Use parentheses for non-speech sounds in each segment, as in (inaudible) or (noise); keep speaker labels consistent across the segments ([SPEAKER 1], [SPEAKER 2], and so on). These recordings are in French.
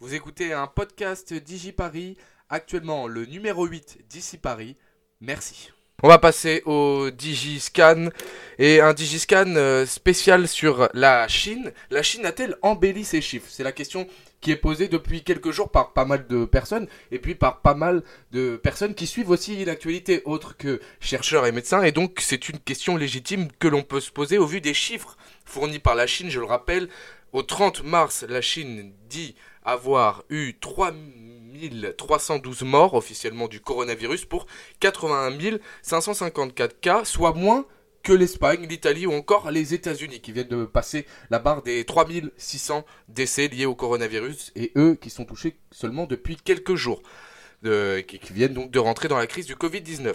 [SPEAKER 1] Vous écoutez un podcast DigiParis, actuellement le numéro 8 d'ici Paris. Merci. On va passer au DigiScan et un DigiScan euh, spécial sur la Chine. La Chine a-t-elle embelli ses chiffres C'est la question qui est posée depuis quelques jours par pas mal de personnes et puis par pas mal de personnes qui suivent aussi l'actualité autre que chercheurs et médecins. Et donc c'est une question légitime que l'on peut se poser au vu des chiffres fournis par la Chine, je le rappelle. Au 30 mars, la Chine dit avoir eu 3312 morts officiellement du coronavirus pour 81 554 cas, soit moins que l'Espagne, l'Italie ou encore les États-Unis qui viennent de passer la barre des 3600 décès liés au coronavirus et eux qui sont touchés seulement depuis quelques jours, euh, qui, qui viennent donc de rentrer dans la crise du Covid-19.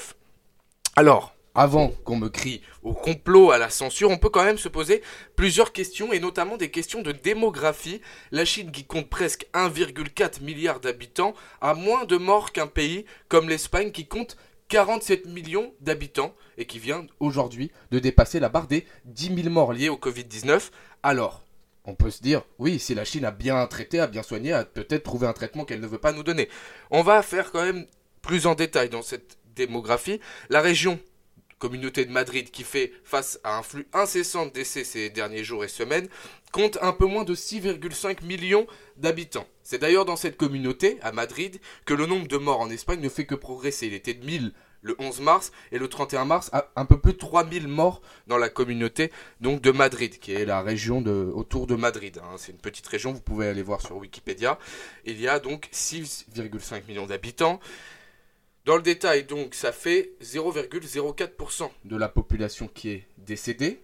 [SPEAKER 1] Alors, avant qu'on me crie au complot, à la censure, on peut quand même se poser plusieurs questions, et notamment des questions de démographie. La Chine, qui compte presque 1,4 milliard d'habitants, a moins de morts qu'un pays comme l'Espagne, qui compte 47 millions d'habitants, et qui vient aujourd'hui de dépasser la barre des 10 000 morts liés au Covid-19. Alors, on peut se dire, oui, si la Chine a bien traité, a bien soigné, a peut-être trouvé un traitement qu'elle ne veut pas nous donner. On va faire quand même plus en détail dans cette démographie. La région communauté de Madrid qui fait face à un flux incessant de décès ces derniers jours et semaines, compte un peu moins de 6,5 millions d'habitants. C'est d'ailleurs dans cette communauté, à Madrid, que le nombre de morts en Espagne ne fait que progresser. Il était de 1000 le 11 mars et le 31 mars, à un peu plus de 3000 morts dans la communauté donc de Madrid, qui est la région de, autour de Madrid. hein. C'est une petite région, vous pouvez aller voir sur Wikipédia. Il y a donc 6,5 millions d'habitants. Dans le détail, donc, ça fait 0,04% de la population qui est décédée.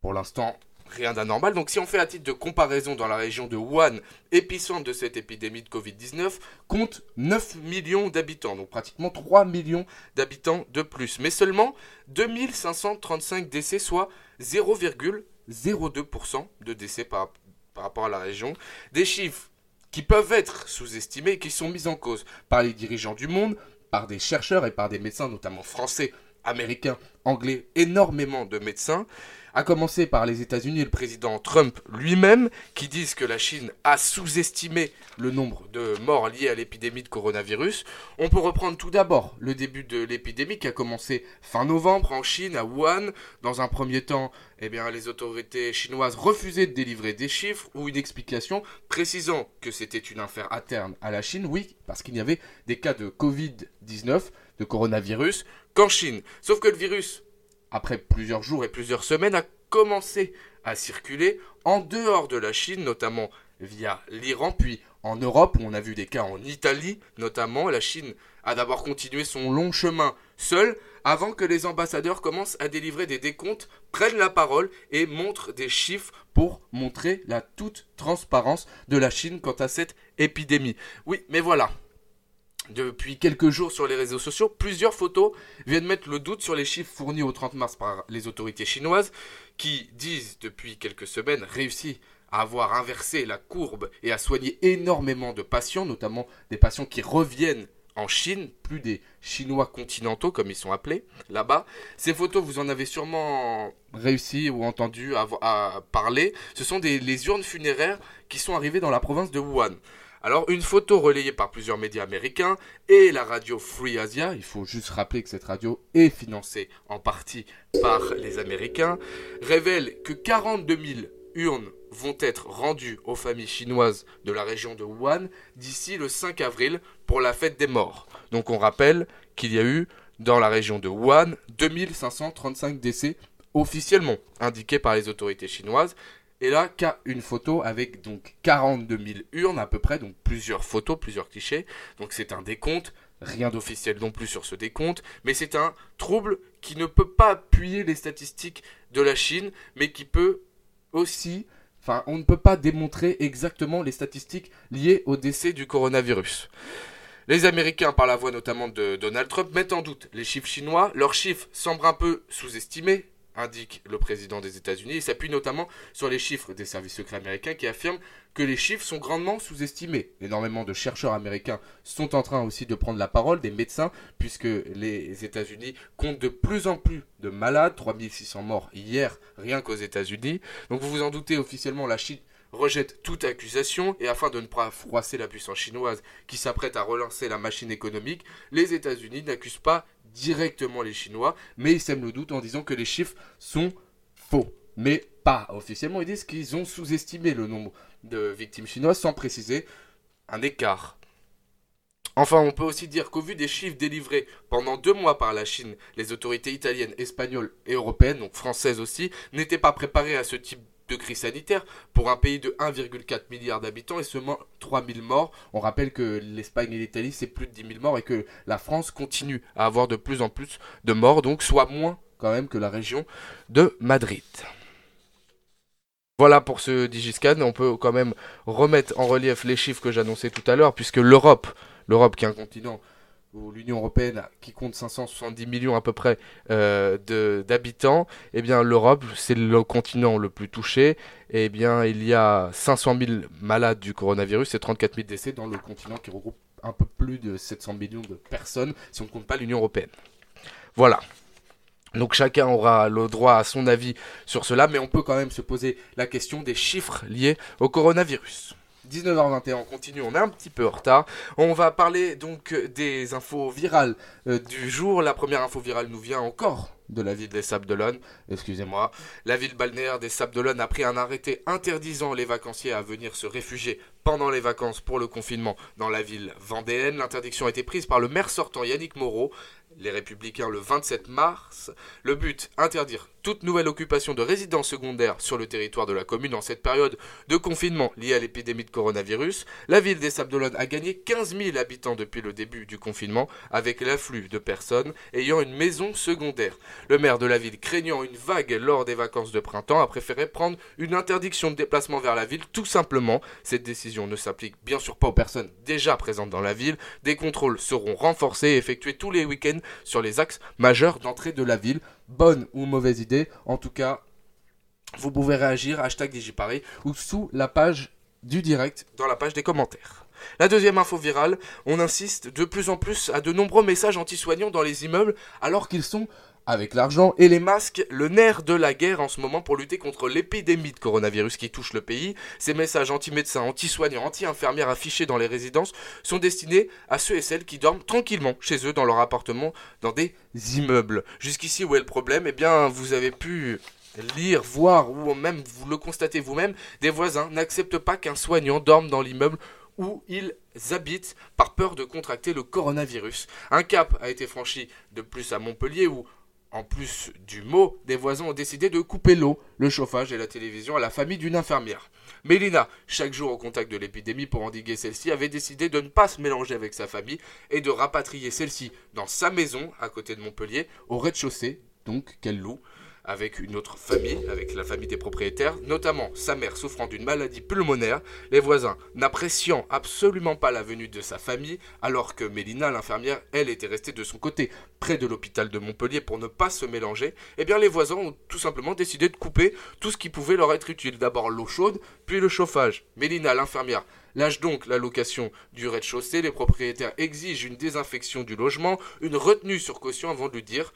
[SPEAKER 1] Pour l'instant, rien d'anormal. Donc, si on fait à titre de comparaison dans la région de Wuhan, épicentre de cette épidémie de Covid-19, compte 9 millions d'habitants. Donc, pratiquement 3 millions d'habitants de plus. Mais seulement 2535 décès, soit 0,02% de décès par, par rapport à la région. Des chiffres qui peuvent être sous-estimés et qui sont mis en cause par les dirigeants du monde, par des chercheurs et par des médecins, notamment français, américains, anglais, énormément de médecins, à commencer par les États-Unis et le président Trump lui-même, qui disent que la Chine a sous-estimé le nombre de morts liés à l'épidémie de coronavirus. On peut reprendre tout d'abord le début de l'épidémie qui a commencé fin novembre en Chine, à Wuhan. Dans un premier temps, eh bien, les autorités chinoises refusaient de délivrer des chiffres ou une explication précisant que c'était une affaire interne à la Chine, oui, parce qu'il y avait des cas de Covid-19, de coronavirus, qu'en Chine. Sauf que le virus, après plusieurs jours et plusieurs semaines, a commencé à circuler en dehors de la Chine, notamment via l'Iran, puis en Europe, où on a vu des cas en Italie, notamment. La Chine a d'abord continué son long chemin seule, avant que les ambassadeurs commencent à délivrer des décomptes, prennent la parole et montrent des chiffres pour montrer la toute transparence de la Chine quant à cette épidémie. Oui, mais voilà, depuis quelques jours sur les réseaux sociaux, plusieurs photos viennent mettre le doute sur les chiffres fournis au 30 mars par les autorités chinoises, qui disent depuis quelques semaines réussir à avoir inversé la courbe et à soigner énormément de patients, notamment des patients qui reviennent en Chine, plus des Chinois continentaux comme ils sont appelés là-bas. Ces photos, vous en avez sûrement réussi ou entendu à, vo- à parler. Ce sont des, les urnes funéraires qui sont arrivées dans la province de Wuhan. Alors, une photo relayée par plusieurs médias américains et la radio Free Asia, il faut juste rappeler que cette radio est financée en partie par les Américains, révèle que 42 000 urnes vont être rendues aux familles chinoises de la région de Wuhan d'ici le 5 avril pour la fête des morts. Donc, on rappelle qu'il y a eu, dans la région de Wuhan, 2535 décès officiellement indiqués par les autorités chinoises. Et là, qu'a une photo avec donc 42 000 urnes à peu près, donc plusieurs photos, plusieurs clichés. Donc c'est un décompte, rien d'officiel non plus sur ce décompte, mais c'est un trouble qui ne peut pas appuyer les statistiques de la Chine, mais qui peut aussi, enfin on ne peut pas démontrer exactement les statistiques liées au décès du coronavirus. Les Américains, par la voix notamment de Donald Trump, mettent en doute les chiffres chinois. Leurs chiffres semblent un peu sous-estimés, indique le président des États-Unis, et s'appuie notamment sur les chiffres des services secrets américains qui affirment que les chiffres sont grandement sous-estimés. Énormément de chercheurs américains sont en train aussi de prendre la parole, des médecins, puisque les États-Unis comptent de plus en plus de malades, 3600 morts hier, rien qu'aux États-Unis. Donc vous vous en doutez officiellement, la Chine rejette toute accusation et afin de ne pas froisser la puissance chinoise qui s'apprête à relancer la machine économique, les États-Unis n'accusent pas directement les Chinois, mais ils sèment le doute en disant que les chiffres sont faux. Mais pas officiellement, ils disent qu'ils ont sous-estimé le nombre de victimes chinoises sans préciser un écart. Enfin, on peut aussi dire qu'au vu des chiffres délivrés pendant deux mois par la Chine, les autorités italiennes, espagnoles et européennes, donc françaises aussi, n'étaient pas préparées à ce type de crise sanitaire pour un pays de 1,4 milliard d'habitants et seulement 3000 morts. On rappelle que l'Espagne et l'Italie, c'est plus de 10 000 morts et que la France continue à avoir de plus en plus de morts, donc soit moins quand même que la région de Madrid. Voilà pour ce Digiscan, on peut quand même remettre en relief les chiffres que j'annonçais tout à l'heure, puisque l'Europe, l'Europe qui est un continent où l'Union Européenne, qui compte 570 millions à peu près euh, de- d'habitants, eh bien l'Europe, c'est le continent le plus touché, eh bien il y a 500 000 malades du coronavirus et 34 000 décès dans le continent qui regroupe un peu plus de 700 millions de personnes, si on ne compte pas l'Union Européenne. Voilà. Donc chacun aura le droit à son avis sur cela, mais on peut quand même se poser la question des chiffres liés au coronavirus. 19h21, on continue, on est un petit peu en retard. On va parler donc des infos virales euh, du jour. La première info virale nous vient encore de la ville des Sables d'Olonne. Excusez-moi. La ville balnéaire des Sables d'Olonne a pris un arrêté interdisant les vacanciers à venir se réfugier pendant les vacances pour le confinement dans la ville vendéenne. L'interdiction a été prise par le maire sortant Yannick Moreau, les Républicains, le 27 mars. Le but, interdire toute nouvelle occupation de résidences secondaires sur le territoire de la commune en cette période de confinement liée à l'épidémie de coronavirus. La ville des Sables d'Olonne a gagné 15 000 habitants depuis le début du confinement, avec l'afflux de personnes ayant une maison secondaire. Le maire de la ville, craignant une vague lors des vacances de printemps, a préféré prendre une interdiction de déplacement vers la ville tout simplement. Cette décision ne s'applique bien sûr pas aux personnes déjà présentes dans la ville. Des contrôles seront renforcés et effectués tous les week-ends sur les axes majeurs d'entrée de la ville. Bonne ou mauvaise idée, en tout cas, vous pouvez réagir hashtag DigiParis ou sous la page du direct dans la page des commentaires. La deuxième info virale, on insiste de plus en plus à de nombreux messages anti-soignants dans les immeubles alors qu'ils sont avec l'argent et les masques, le nerf de la guerre en ce moment pour lutter contre l'épidémie de coronavirus qui touche le pays. Ces messages anti-médecins, anti-soignants, anti-infirmières affichés dans les résidences sont destinés à ceux et celles qui dorment tranquillement chez eux dans leur appartement, dans des immeubles. Jusqu'ici, où est le problème Eh bien, vous avez pu lire, voir ou même vous le constatez vous-même, des voisins n'acceptent pas qu'un soignant dorme dans l'immeuble où ils habitent par peur de contracter le coronavirus. Un cap a été franchi de plus à Montpellier où en plus du mot, des voisins ont décidé de couper l'eau, le chauffage et la télévision à la famille d'une infirmière. Mélina, chaque jour au contact de l'épidémie pour endiguer celle-ci, avait décidé de ne pas se mélanger avec sa famille et de rapatrier celle-ci dans sa maison à côté de Montpellier, au rez-de-chaussée, donc qu'elle loue, avec une autre famille, avec la famille des propriétaires, notamment sa mère souffrant d'une maladie pulmonaire, les voisins n'appréciant absolument pas la venue de sa famille, alors que Mélina, l'infirmière, elle était restée de son côté, près de l'hôpital de Montpellier pour ne pas se mélanger, eh bien les voisins ont tout simplement décidé de couper tout ce qui pouvait leur être utile. D'abord l'eau chaude, puis le chauffage. Mélina, l'infirmière, lâche donc la location du rez-de-chaussée, les propriétaires exigent une désinfection du logement, une retenue sur caution avant de lui dire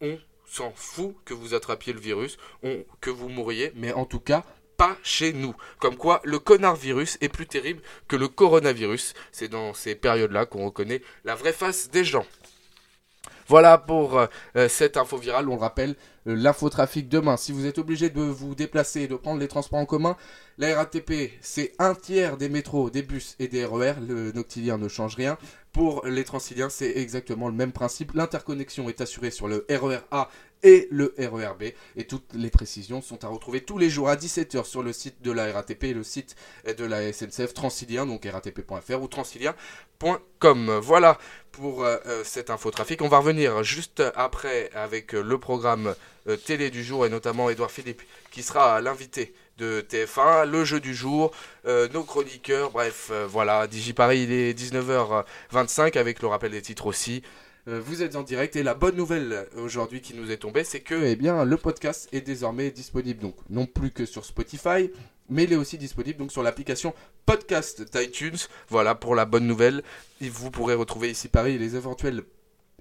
[SPEAKER 1] on s'en fout que vous attrapiez le virus, on- que vous mouriez, mais en tout cas, pas chez nous. Comme quoi, le connard virus est plus terrible que le coronavirus. C'est dans ces périodes-là qu'on reconnaît la vraie face des gens. Voilà pour euh, cette info virale. On le rappelle, euh, l'infotrafic demain. Si vous êtes obligé de vous déplacer et de prendre les transports en commun, la RATP, c'est un tiers des métros, des bus et des RER. Le noctilien ne change rien. Pour les transiliens, c'est exactement le même principe. L'interconnexion est assurée sur le RER A et le RER B. Et toutes les précisions sont à retrouver tous les jours à 17h sur le site de la RATP et le site de la SNCF Transilien, donc ratp.fr ou transilien.com. Voilà pour euh, euh, cette infotrafic. On va revenir juste après avec euh, le programme euh, télé du jour et notamment Edouard Philippe qui sera l'invité de TF1, le jeu du jour, euh, nos chroniqueurs, bref, euh, voilà, DigiParis, il est 19h25 avec le rappel des titres aussi. Euh, Vous êtes en direct et la bonne nouvelle euh, aujourd'hui qui nous est tombée, c'est que eh bien, le podcast est désormais disponible, donc non plus que sur Spotify, mais il est aussi disponible donc sur l'application podcast d'iTunes. Voilà pour la bonne nouvelle. Et vous pourrez retrouver ici Paris et les éventuelles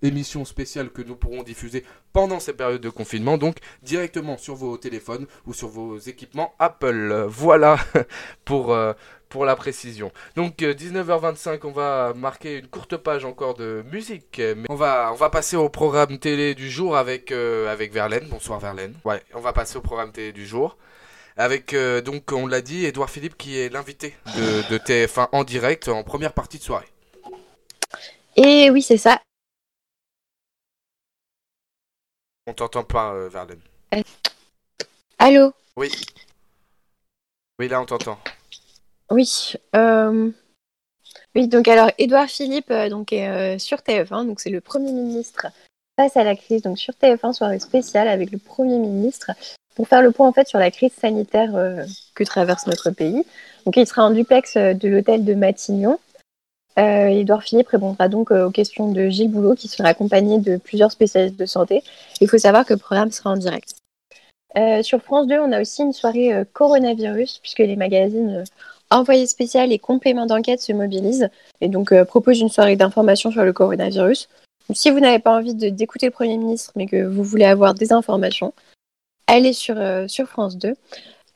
[SPEAKER 1] émission spéciale que nous pourrons diffuser pendant ces périodes de confinement, donc directement sur vos téléphones ou sur vos équipements Apple. Voilà (laughs) pour, euh, pour la précision. Donc euh, 19h25, on va marquer une courte page encore de musique. euh, Mais on, va, on va passer au programme télé du jour avec, euh, avec Verlaine. Bonsoir Verlaine. Ouais, on va passer au programme télé du jour. Avec, euh, donc, on l'a dit, Edouard Philippe qui est l'invité de, de TF1 en direct en première partie de soirée.
[SPEAKER 2] Et oui, c'est ça.
[SPEAKER 1] On t'entend pas, euh, Verlaine.
[SPEAKER 2] Allô
[SPEAKER 1] Oui. Oui, là, on t'entend.
[SPEAKER 2] Oui. euh, Oui, donc alors, Édouard Philippe euh, donc, est euh, sur TF1, donc c'est le Premier ministre face à la crise, donc sur TF1, soirée spéciale avec le Premier ministre pour faire le point en fait sur la crise sanitaire euh, que traverse notre pays. Donc il sera en duplex euh, de l'hôtel de Matignon. Euh, Édouard Philippe répondra donc euh, aux questions de Gilles Boulot qui sera accompagné de plusieurs spécialistes de santé. Il faut savoir que le programme sera en direct. Euh, sur France 2, on a aussi une soirée euh, coronavirus puisque les magazines euh, Envoyé spécial et complément d'enquête se mobilisent et donc euh, proposent une soirée d'information sur le coronavirus. Si vous n'avez pas envie de- d'écouter le Premier ministre mais que vous voulez avoir des informations, allez sur, euh, sur France 2.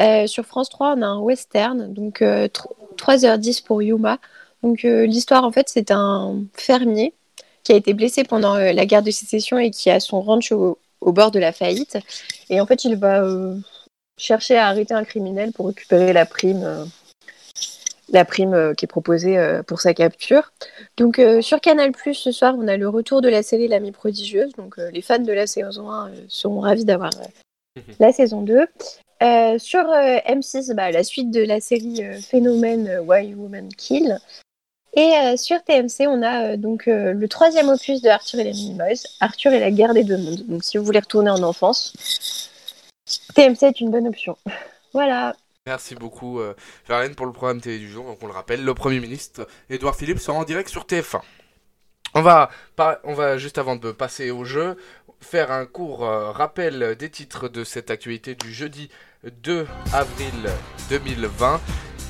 [SPEAKER 2] Euh, sur France 3, on a un western, donc euh, tr- 3h10 pour Yuma. Donc euh, l'histoire, en fait, c'est un fermier qui a été blessé pendant euh, la guerre de sécession et qui a son ranch au, au bord de la faillite. Et en fait, il va euh, chercher à arrêter un criminel pour récupérer la prime. euh, la prime euh, qui est proposée euh, pour sa capture. Donc euh, sur Canal Plus ce soir, on a le retour de la série L'Ami prodigieuse. Donc euh, les fans de la saison 1 euh, seront ravis d'avoir euh, la saison 2. Euh, sur euh, M6, bah, la suite de la série euh, Phénomène euh, Why Women Kill. Et euh, sur TMC, on a euh, donc euh, le troisième opus de Arthur et les Minimoys, Arthur et la guerre des deux mondes. Donc si vous voulez retourner en enfance, TMC est une bonne option. (laughs) voilà.
[SPEAKER 1] Merci beaucoup, euh, Verlaine, pour le programme télé du jour. Donc, on le rappelle, le Premier ministre Édouard Philippe sera en direct sur TF1. On va, par- on va juste avant de passer au jeu, faire un court euh, rappel des titres de cette actualité du jeudi 2 avril 2020.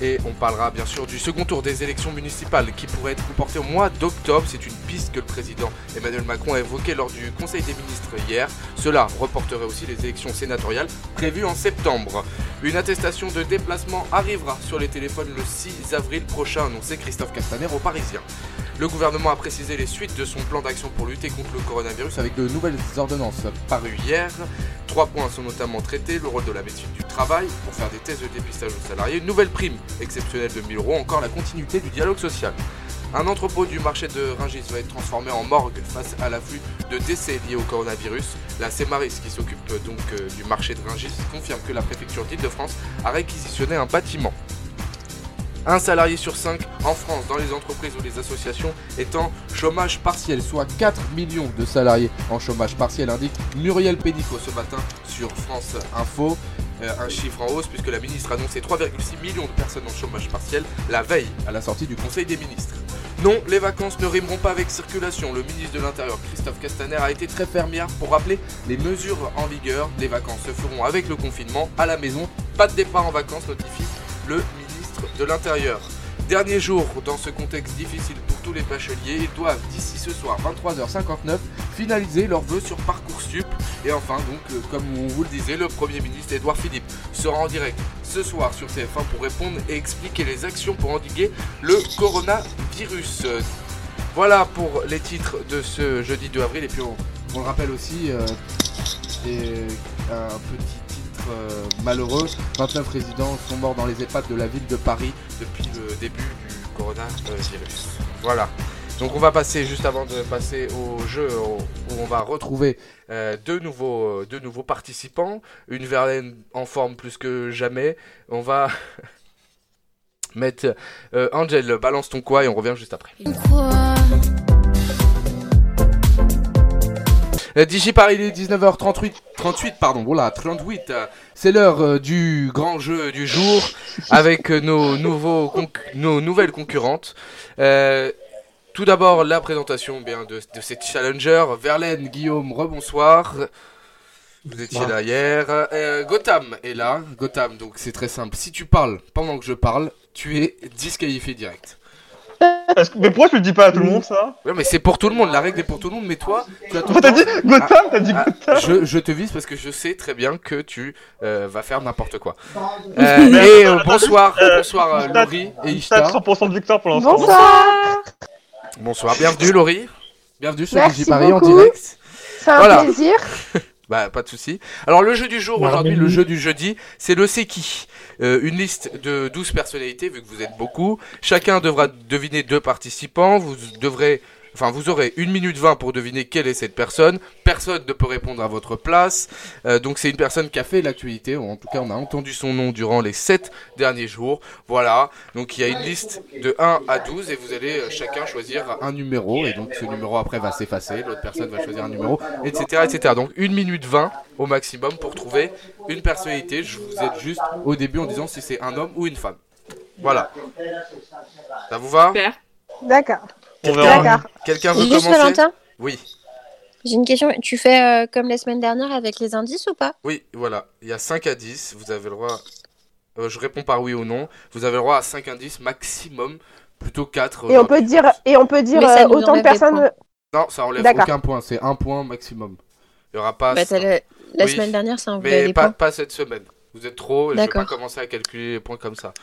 [SPEAKER 1] Et on parlera bien sûr du second tour des élections municipales qui pourrait être comporté au mois d'octobre. C'est une piste que le président Emmanuel Macron a évoquée lors du Conseil des ministres hier. Cela reporterait aussi les élections sénatoriales prévues en septembre. Une attestation de déplacement arrivera sur les téléphones le 6 avril prochain, annoncé Christophe Castaner aux Parisiens. Le gouvernement a précisé les suites de son plan d'action pour lutter contre le coronavirus avec de nouvelles ordonnances parues hier. Trois points sont notamment traités, le rôle de la médecine du travail pour faire des tests de dépistage aux salariés, une nouvelle prime exceptionnelle de 1000 euros, encore la continuité du dialogue social. Un entrepôt du marché de Rungis va être transformé en morgue face à l'afflux de décès liés au coronavirus. La Cémaris, qui s'occupe euh, donc euh, du marché de Rungis, confirme que la préfecture d'Île-de-France a réquisitionné un bâtiment. Un salarié sur 5 en France dans les entreprises ou les associations est en chômage partiel, soit 4 millions de salariés en chômage partiel, indique Muriel Pénicaud ce matin sur France Info. Euh, un chiffre en hausse puisque la ministre annonçait 3,6 millions de personnes en chômage partiel la veille à la sortie du Conseil des ministres. Non, les vacances ne rimeront pas avec circulation. Le ministre de l'Intérieur, Christophe Castaner, a été très ferme hier pour rappeler les mesures en vigueur. Les vacances se feront avec le confinement à la maison. Pas de départ en vacances, notifie le ministre de l'Intérieur. Dernier jour dans ce contexte difficile pour tous les bacheliers, ils doivent d'ici ce soir 23h59 finaliser leurs vœux sur Parcoursup. Et enfin, donc, euh, comme on vous le disait, le Premier ministre Édouard Philippe sera en direct ce soir sur TF1 pour répondre et expliquer les actions pour endiguer le coronavirus. Euh, Voilà pour les titres de ce jeudi 2 avril. Et puis on, on le rappelle aussi, euh, et un petit titre euh, malheureux, 29 résidents sont morts dans les EHPAD de la ville de Paris depuis le début du coronavirus. Voilà. Donc on va passer, juste avant de passer au jeu, on- où on va retrouver euh, deux, nouveaux, deux nouveaux participants. Une Verlaine en forme plus que jamais. On va (laughs) mettre euh, Angel, balance ton quoi et on revient juste après. Euh, Digi Paris, il est 19h38, 38, pardon, voilà, 38. euh, C'est l'heure euh, du grand jeu du jour avec euh, nos, nouveaux conc- nos nouvelles concurrentes. Euh, tout d'abord, la présentation eh bien, de, de ces challengers. Verlaine, Guillaume, rebonsoir. Vous étiez là hier. Euh, Gotham est là. Gotham, donc c'est très simple. Si tu parles pendant que je parle, tu es disqualifié direct.
[SPEAKER 2] Euh,
[SPEAKER 3] Parce que- Mais pourquoi tu le dis pas à tout le
[SPEAKER 1] (laughs)
[SPEAKER 3] monde ça
[SPEAKER 1] Ouais, mais c'est pour tout le monde, la règle est pour tout le monde, mais toi, tu as ton
[SPEAKER 3] Pourquoi t'as
[SPEAKER 1] temps.
[SPEAKER 3] dit Gotham T'as dit
[SPEAKER 1] Ah,
[SPEAKER 3] Gotham
[SPEAKER 1] je, je te vise parce que je sais très bien que tu euh, vas faire n'importe quoi. (laughs) Euh, et euh, bonsoir, bonsoir euh, Laurie et
[SPEAKER 3] T'as
[SPEAKER 1] Ishtar.
[SPEAKER 3] 100% de victoire pour l'instant.
[SPEAKER 2] Bonsoir
[SPEAKER 1] Bonsoir, bienvenue Laurie. Bienvenue sur
[SPEAKER 4] Merci
[SPEAKER 1] Digi Paris en
[SPEAKER 4] beaucoup.
[SPEAKER 1] direct.
[SPEAKER 4] C'est un
[SPEAKER 1] Voilà.
[SPEAKER 4] plaisir.
[SPEAKER 1] (laughs) Bah, pas de souci. Alors, le jeu du jour
[SPEAKER 5] Bah,
[SPEAKER 1] aujourd'hui,
[SPEAKER 5] mais
[SPEAKER 1] le
[SPEAKER 5] oui.
[SPEAKER 1] jeu du jeudi, c'est le C'est qui Euh, Une liste de 12 personnalités, vu que vous êtes beaucoup. Chacun devra deviner deux participants. Vous devrez. Enfin, vous aurez 1 minute 20 pour deviner quelle est cette personne. Personne ne peut répondre à votre place. Euh, donc, c'est une personne qui a fait l'actualité. En tout cas, on a entendu son nom durant les 7 derniers jours. Voilà. Donc, il y a une liste de 1 à 12 et vous allez euh, chacun choisir un numéro. Et donc, ce numéro après va s'effacer. L'autre personne va choisir un numéro etc., etc. Donc une minute 20 au maximum pour trouver une personnalité. Je vous aide juste au début en disant si c'est un homme ou une femme. Voilà. Ça vous va
[SPEAKER 6] Super.
[SPEAKER 4] D'accord.
[SPEAKER 3] On verra.
[SPEAKER 4] D'accord.
[SPEAKER 1] Quelqu'un veut
[SPEAKER 2] Juste
[SPEAKER 1] commencer
[SPEAKER 2] Valentin,
[SPEAKER 1] Oui,
[SPEAKER 2] j'ai une question. Tu fais euh, comme la semaine dernière avec les indices ou pas
[SPEAKER 1] oui, voilà. Il y a 5 à 10. Vous avez le droit. Euh, je réponds par oui ou non. Vous avez le droit à 5 indices maximum, plutôt euh, 4.
[SPEAKER 4] Et on peut dire, et on peut dire
[SPEAKER 2] Mais ça
[SPEAKER 4] euh,
[SPEAKER 2] nous
[SPEAKER 4] autant de
[SPEAKER 2] enlève des
[SPEAKER 4] personnes.
[SPEAKER 1] Non, ça enlève
[SPEAKER 4] D'accord.
[SPEAKER 1] aucun point. C'est un point maximum. Il y aura pas.
[SPEAKER 2] Bah, t'as la, la
[SPEAKER 1] Ah, Oui.
[SPEAKER 2] semaine dernière, ça enlevait
[SPEAKER 1] Mais
[SPEAKER 2] les
[SPEAKER 1] pas,
[SPEAKER 2] points.
[SPEAKER 1] pas cette semaine. Vous êtes trop. Je vais
[SPEAKER 2] D'accord.
[SPEAKER 1] pas commencer à calculer les points comme ça.